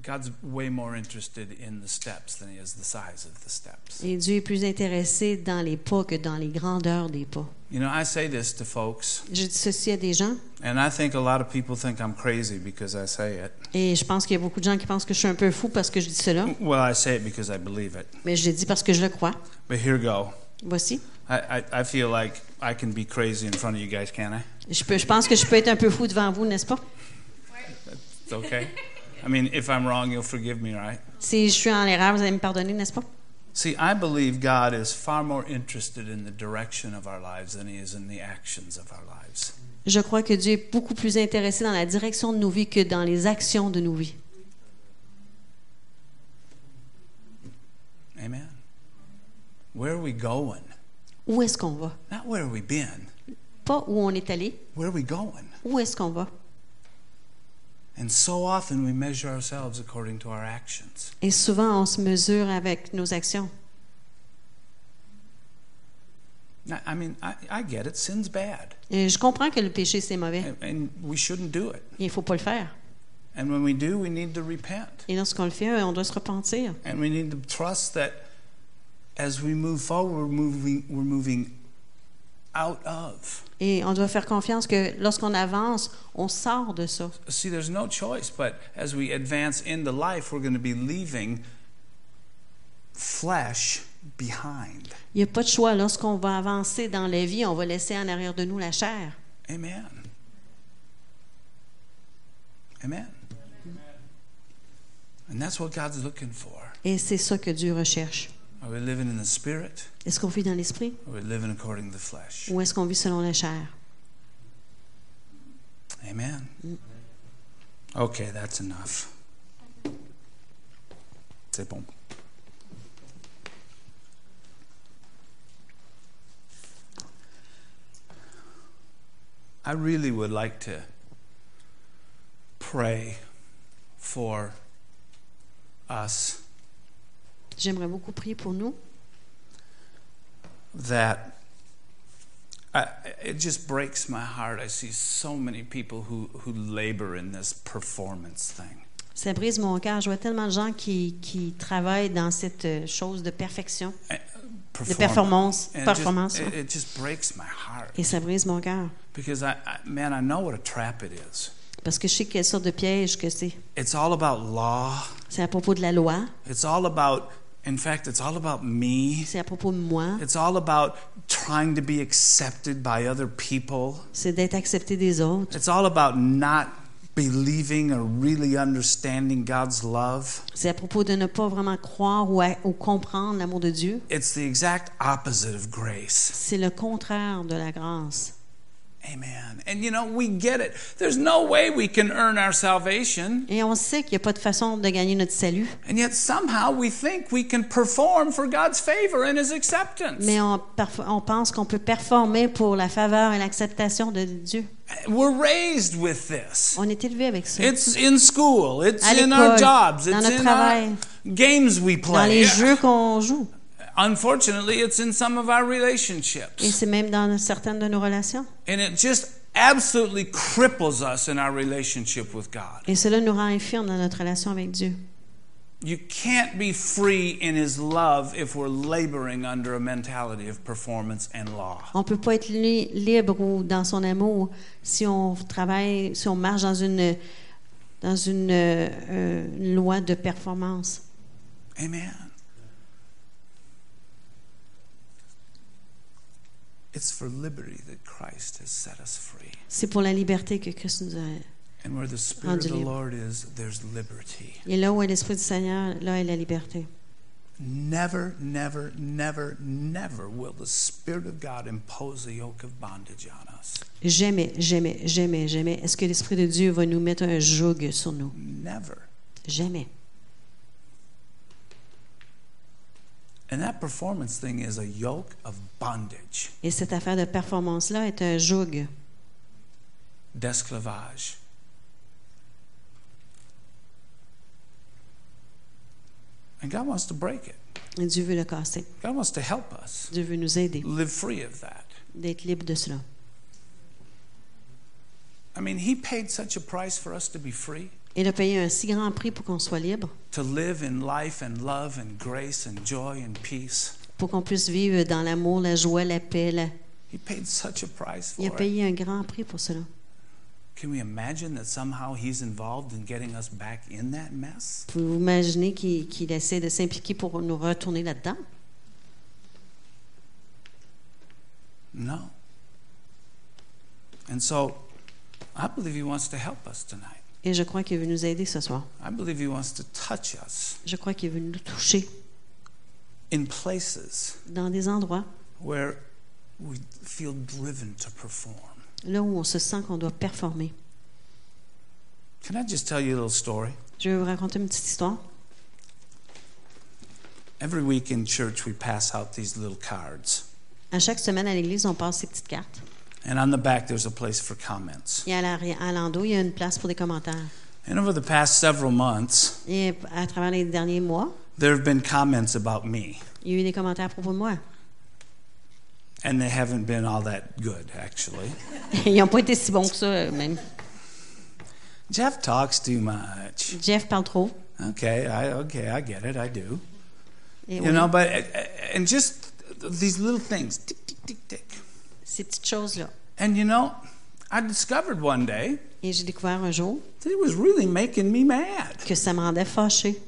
Speaker 1: God's way more interested in the steps than he is the size of the steps.
Speaker 2: Et Dieu est plus intéressé dans les pas que dans les grandeurs des pas.
Speaker 1: You know, I say this to folks,
Speaker 2: Je dis ceci à des gens,
Speaker 1: and I think a lot of people think I'm crazy because I say it.
Speaker 2: et je pense qu'il y a beaucoup de gens qui pensent que je suis un peu fou parce que je dis cela,
Speaker 1: Well, I say it because I believe it.
Speaker 2: mais je le dis parce que je le crois.
Speaker 1: But here go.
Speaker 2: Voici.
Speaker 1: I, I, I feel like I can be crazy in front of you guys, can't I?
Speaker 2: Je, peux, je pense que je peux être un peu fou devant vous, n'est-ce pas?
Speaker 1: It's okay. I mean, if I'm wrong, you'll forgive me, right?
Speaker 2: Si je suis en erreur, vous allez me pardonner, n'est-ce pas?
Speaker 1: See, I believe God is far more interested in the direction of our lives than he is in the actions of our lives.
Speaker 2: Je crois que Dieu est beaucoup plus intéressé dans la direction de nos vies que dans les actions de nos vies.
Speaker 1: Amen. Where are we going?
Speaker 2: Où est-ce qu'on va?
Speaker 1: Not where we been.
Speaker 2: Pas où on est allé,
Speaker 1: Where are we going?
Speaker 2: où est-ce qu'on va?
Speaker 1: And so often we measure ourselves according to our actions.
Speaker 2: Et souvent, on se mesure avec nos actions.
Speaker 1: Now, I mean, I, I get it. Sin's bad,
Speaker 2: Et je comprends que le péché, c'est mauvais.
Speaker 1: and, and we shouldn't do it.
Speaker 2: Il ne faut pas le faire.
Speaker 1: And when we do, we need to repent.
Speaker 2: Et lorsqu'on le fait, on doit se repentir.
Speaker 1: And we need to trust that as we move forward, we're moving, we're moving out of.
Speaker 2: Et on doit faire confiance que lorsqu'on avance, on sort de ça.
Speaker 1: See, there's no choice, but as we advance into life, we're going to be leaving flesh behind.
Speaker 2: Il n'y a pas de choix. Lorsqu'on va avancer dans la vie, on va laisser en arrière de nous la chair.
Speaker 1: Amen. Amen. And that's what God's looking for.
Speaker 2: Et c'est ça que Dieu recherche.
Speaker 1: Are we living in the spirit?
Speaker 2: Est-ce qu'on vit dans l'esprit
Speaker 1: Or are we living according to the flesh?
Speaker 2: ou est-ce qu'on vit selon la chair?
Speaker 1: Amen. Okay, that's enough. C'est bon. I really would like to pray for us
Speaker 2: J'aimerais beaucoup prier pour nous.
Speaker 1: that I, it just breaks my heart. I see so many people who, who labor in this performance thing.
Speaker 2: Ça brise mon cœur. Je vois tellement de gens qui, qui travaillent dans cette euh, chose de perfection, de performance.
Speaker 1: And it just-
Speaker 2: performance.
Speaker 1: it, it just breaks my heart
Speaker 2: Et ça brise mon cœur.
Speaker 1: because I, I, man, I know what a trap it is.
Speaker 2: Parce que je sais quelle sorte de piège que c'est.
Speaker 1: It's all about law.
Speaker 2: C'est à propos de la loi,
Speaker 1: It's all about, in fact, it's all about me.
Speaker 2: c'est à propos de moi,
Speaker 1: It's all about trying to be accepted by other people.
Speaker 2: c'est d'être accepté des autres.
Speaker 1: It's all about not believing or really understanding God's love.
Speaker 2: C'est à propos de ne pas vraiment croire ou, à- ou comprendre l'amour de Dieu.
Speaker 1: It's the exact opposite of grace.
Speaker 2: C'est le contraire de la grâce.
Speaker 1: Amen. And you know, we get it. There's no way we can earn our salvation.
Speaker 2: Et on sait qu'il n'y a pas de façon de gagner notre salut,
Speaker 1: And yet somehow we think we can perform for God's favor and His acceptance.
Speaker 2: mais on, parf- on pense qu'on peut performer pour la faveur et l'acceptation de Dieu.
Speaker 1: We're raised with this.
Speaker 2: On est élevé avec ça.
Speaker 1: It's in school, it's
Speaker 2: À
Speaker 1: in our
Speaker 2: l'école,
Speaker 1: jobs,
Speaker 2: dans
Speaker 1: it's
Speaker 2: notre
Speaker 1: in our games we
Speaker 2: Dans les
Speaker 1: play.
Speaker 2: jeux qu'on joue,
Speaker 1: Unfortunately, it's in some of our
Speaker 2: et
Speaker 1: relationships.
Speaker 2: c'est même dans certaines de nos relations.
Speaker 1: And it just absolutely cripples us in our relationship with God.
Speaker 2: Et cela nous rend infirmes dans notre relation avec Dieu.
Speaker 1: You can't be free in His love if we're laboring under a mentality of performance and law.
Speaker 2: On peut pas être li- libre ou dans son amour si on travaille, si on marche dans une dans une, euh, euh, une loi de performance.
Speaker 1: Amen. It's for liberty that Christ has set us free.
Speaker 2: C'est pour la liberté que Christ nous a.
Speaker 1: And where the Spirit of the
Speaker 2: Rendez-le.
Speaker 1: Lord is, there's liberty.
Speaker 2: Et là où est l'Esprit du Seigneur, là est la liberté.
Speaker 1: Never, never, never, never will the Spirit of God impose a yoke of bondage on us.
Speaker 2: Jamais, jamais, jamais, jamais. Est-ce que l'Esprit de Dieu va nous mettre un joug sur nous?
Speaker 1: Never.
Speaker 2: Jamais.
Speaker 1: And that performance thing is a yoke of bondage,
Speaker 2: Et cette affaire de performance-là est un joug.
Speaker 1: d'esclavage. And God wants to break it.
Speaker 2: Et Dieu veut le casser.
Speaker 1: God wants to help us
Speaker 2: Dieu veut nous aider
Speaker 1: live free of that.
Speaker 2: d'être libre de cela.
Speaker 1: I mean, He paid such a price for us to be free,
Speaker 2: Il a payé un si grand prix pour qu'on soit libre,
Speaker 1: to live in life and love and grace and joy and peace.
Speaker 2: pour qu'on puisse vivre dans l'amour, la joie, la paix. la-
Speaker 1: He paid such a price for
Speaker 2: Il a
Speaker 1: it.
Speaker 2: payé un grand prix pour cela.
Speaker 1: Can we imagine that somehow He's involved in getting us back in that mess?
Speaker 2: Vous vous imaginez qu'il qu'il essaie de s'impliquer pour nous retourner là-dedans?
Speaker 1: No. And so, I believe He wants to help us tonight.
Speaker 2: Et je crois qu'il veut nous aider ce soir.
Speaker 1: I believe He wants to touch us
Speaker 2: Je crois qu'il veut nous toucher
Speaker 1: in places
Speaker 2: dans des endroits
Speaker 1: where we feel driven to perform.
Speaker 2: là où on se sent qu'on doit performer.
Speaker 1: Can I just tell you a little story?
Speaker 2: Je vais vous raconter une petite histoire.
Speaker 1: Every week in church, we pass out these little cards.
Speaker 2: À chaque semaine à l'église, on passe ces petites cartes.
Speaker 1: And on the back, there's a place for comments.
Speaker 2: Et à l'arrière- à l'endos, il y a une place pour des commentaires.
Speaker 1: And over the past several months,
Speaker 2: Et à travers les derniers mois,
Speaker 1: there have been comments about me.
Speaker 2: il y a eu des commentaires à propos de moi.
Speaker 1: And they haven't been all that good, actually.
Speaker 2: Ils n'ont pas été si bons que ça, euh, même.
Speaker 1: Jeff talks too much.
Speaker 2: Jeff parle trop.
Speaker 1: Okay, I, okay, I get it, I do.
Speaker 2: Et
Speaker 1: You
Speaker 2: ouais,
Speaker 1: know, but, eh, and just these little things, tick, tick, tick, tick.
Speaker 2: Ces petites choses-là.
Speaker 1: And you know, I discovered one day
Speaker 2: Et j'ai découvert un jour
Speaker 1: that it was really making me mad.
Speaker 2: que ça me rendait fâchée.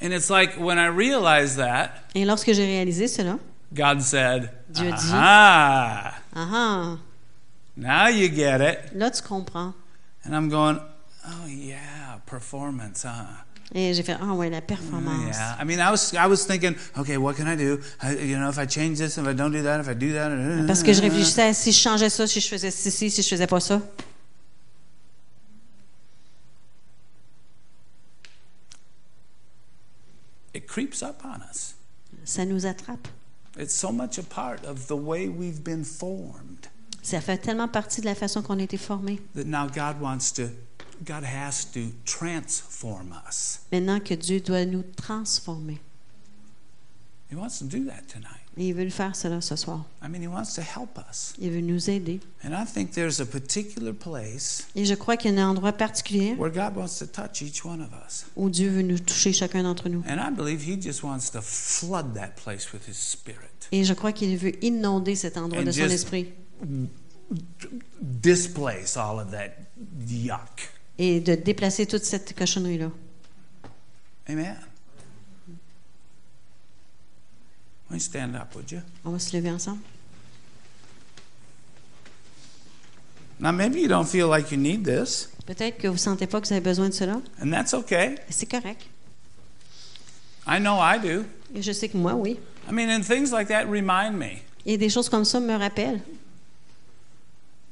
Speaker 1: And it's like when I realized that,
Speaker 2: Et lorsque j'ai réalisé cela,
Speaker 1: God said,
Speaker 2: Dieu dit.
Speaker 1: Ah,
Speaker 2: ah
Speaker 1: now you get it.
Speaker 2: ah, là tu comprends.
Speaker 1: And I'm going, Oh, yeah, performance, huh?
Speaker 2: Et j'ai fait, ah ouais, la performance.
Speaker 1: Yeah, I mean, I was I was thinking, okay, what can I do? I, you know, if I change this, if I don't do that, if I do that, uh,
Speaker 2: Parce que je réfléchissais à si je changeais ça, si je faisais ceci, si je faisais pas ça.
Speaker 1: it creeps up on us.
Speaker 2: Ça nous attrape.
Speaker 1: It's so much a part of the way we've been formed
Speaker 2: Ça fait tellement partie de la façon qu'on a été formé.
Speaker 1: that now God wants to, God has to transform us.
Speaker 2: Maintenant que Dieu doit nous transformer.
Speaker 1: He wants to do that tonight.
Speaker 2: Et il veut le faire cela ce soir.
Speaker 1: I mean, He wants to help us.
Speaker 2: Il veut nous aider.
Speaker 1: And I think there's a particular place
Speaker 2: Et je crois qu'il y a un endroit particulier
Speaker 1: where God wants to touch each one of us.
Speaker 2: où Dieu veut nous toucher chacun d'entre nous.
Speaker 1: And I believe He just wants to flood that place with His Spirit,
Speaker 2: Et je crois qu'il veut inonder cet endroit
Speaker 1: And
Speaker 2: de son
Speaker 1: just-
Speaker 2: esprit
Speaker 1: displace all of that yuck.
Speaker 2: et de déplacer toute cette cochonnerie-là.
Speaker 1: Amen. Why don't you stand up, would you?
Speaker 2: On va se lever ensemble.
Speaker 1: Now, maybe you don't feel like you need this,
Speaker 2: Peut-être que vous ne sentez pas que vous avez besoin de cela.
Speaker 1: and that's okay.
Speaker 2: C'est correct.
Speaker 1: I know I do.
Speaker 2: Et je sais que moi, oui.
Speaker 1: I mean, and things like that remind me.
Speaker 2: Et des choses comme ça me rappellent.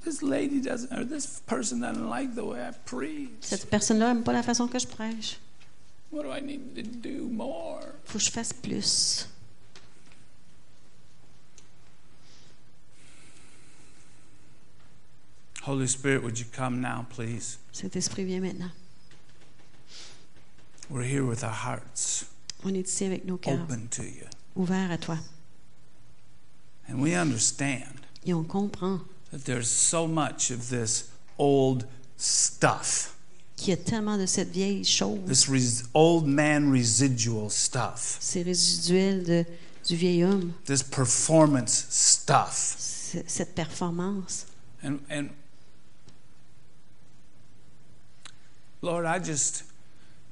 Speaker 1: This lady doesn't, or this person doesn't like the way I preach.
Speaker 2: Cette personne-là n'aime pas la façon que je prêche.
Speaker 1: What do I need to do more?
Speaker 2: faut que je fasse plus.
Speaker 1: Holy Spirit, would you come now, please?
Speaker 2: Cet esprit vient maintenant.
Speaker 1: We're here with our hearts
Speaker 2: On est ici avec nos cœurs
Speaker 1: open to you.
Speaker 2: ouverts à toi.
Speaker 1: And we understand
Speaker 2: Et on comprend
Speaker 1: that there's so much of this old stuff,
Speaker 2: qu'il y a tellement de cette vieille chose,
Speaker 1: this res- old man residual stuff,
Speaker 2: ces résiduels de, du vieil homme,
Speaker 1: this performance stuff.
Speaker 2: ce- cette performance.
Speaker 1: And, and Lord, I just,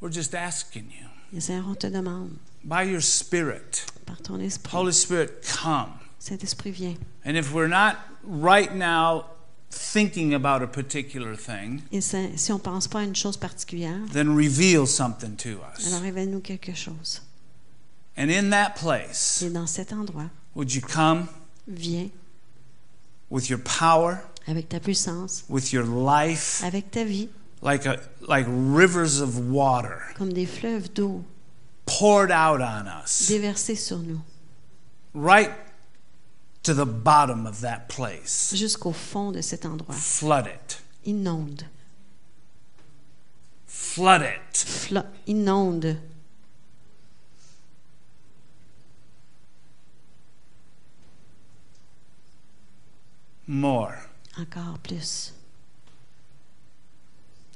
Speaker 1: we're just asking you
Speaker 2: Et Seigneur, on te demande,
Speaker 1: by your Spirit,
Speaker 2: par ton esprit,
Speaker 1: Holy Spirit, come.
Speaker 2: cet esprit vient.
Speaker 1: And if we're not right now thinking about a particular thing,
Speaker 2: Et ça- si on ne pense pas à une chose particulière,
Speaker 1: then reveal something to us.
Speaker 2: alors révèle-nous quelque chose.
Speaker 1: And in that
Speaker 2: Et
Speaker 1: place,
Speaker 2: dans cet endroit,
Speaker 1: would you come
Speaker 2: viens
Speaker 1: with your power,
Speaker 2: avec ta puissance,
Speaker 1: with your life,
Speaker 2: avec ta vie,
Speaker 1: like, a, like rivers of water
Speaker 2: comme des fleuves d'eau
Speaker 1: poured out on us,
Speaker 2: déversés sur nous,
Speaker 1: right to the bottom of that place.
Speaker 2: jusqu'au fond de cet endroit.
Speaker 1: Flood it.
Speaker 2: Inonde,
Speaker 1: Flood it.
Speaker 2: Fla- inonde,
Speaker 1: More.
Speaker 2: encore plus.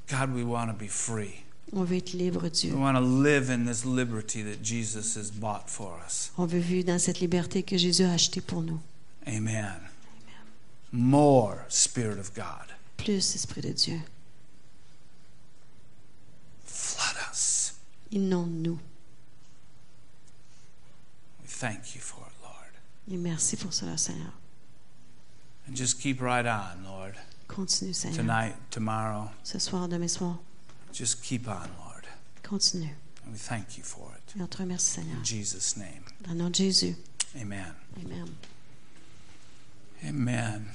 Speaker 1: God, we want to be free.
Speaker 2: On veut être libre, Dieu.
Speaker 1: We want to live in this liberty that Jesus has bought for us.
Speaker 2: On veut vivre dans cette liberté que Jésus a achetée pour nous.
Speaker 1: Amen. More Spirit of God.
Speaker 2: Plus, Esprit de Dieu,
Speaker 1: Flood us.
Speaker 2: inonde-nous.
Speaker 1: We thank you for it, Lord.
Speaker 2: Et merci pour cela, Seigneur.
Speaker 1: And just keep right on, Lord.
Speaker 2: Continue, Seigneur.
Speaker 1: Tonight, tomorrow,
Speaker 2: Ce soir, demain soir,
Speaker 1: just keep on, Lord.
Speaker 2: continue.
Speaker 1: And we thank you for it.
Speaker 2: Et on te remercie, Seigneur.
Speaker 1: In Jesus' name.
Speaker 2: Dans le nom de Jésus.
Speaker 1: Amen.
Speaker 2: Amen.
Speaker 1: Amen.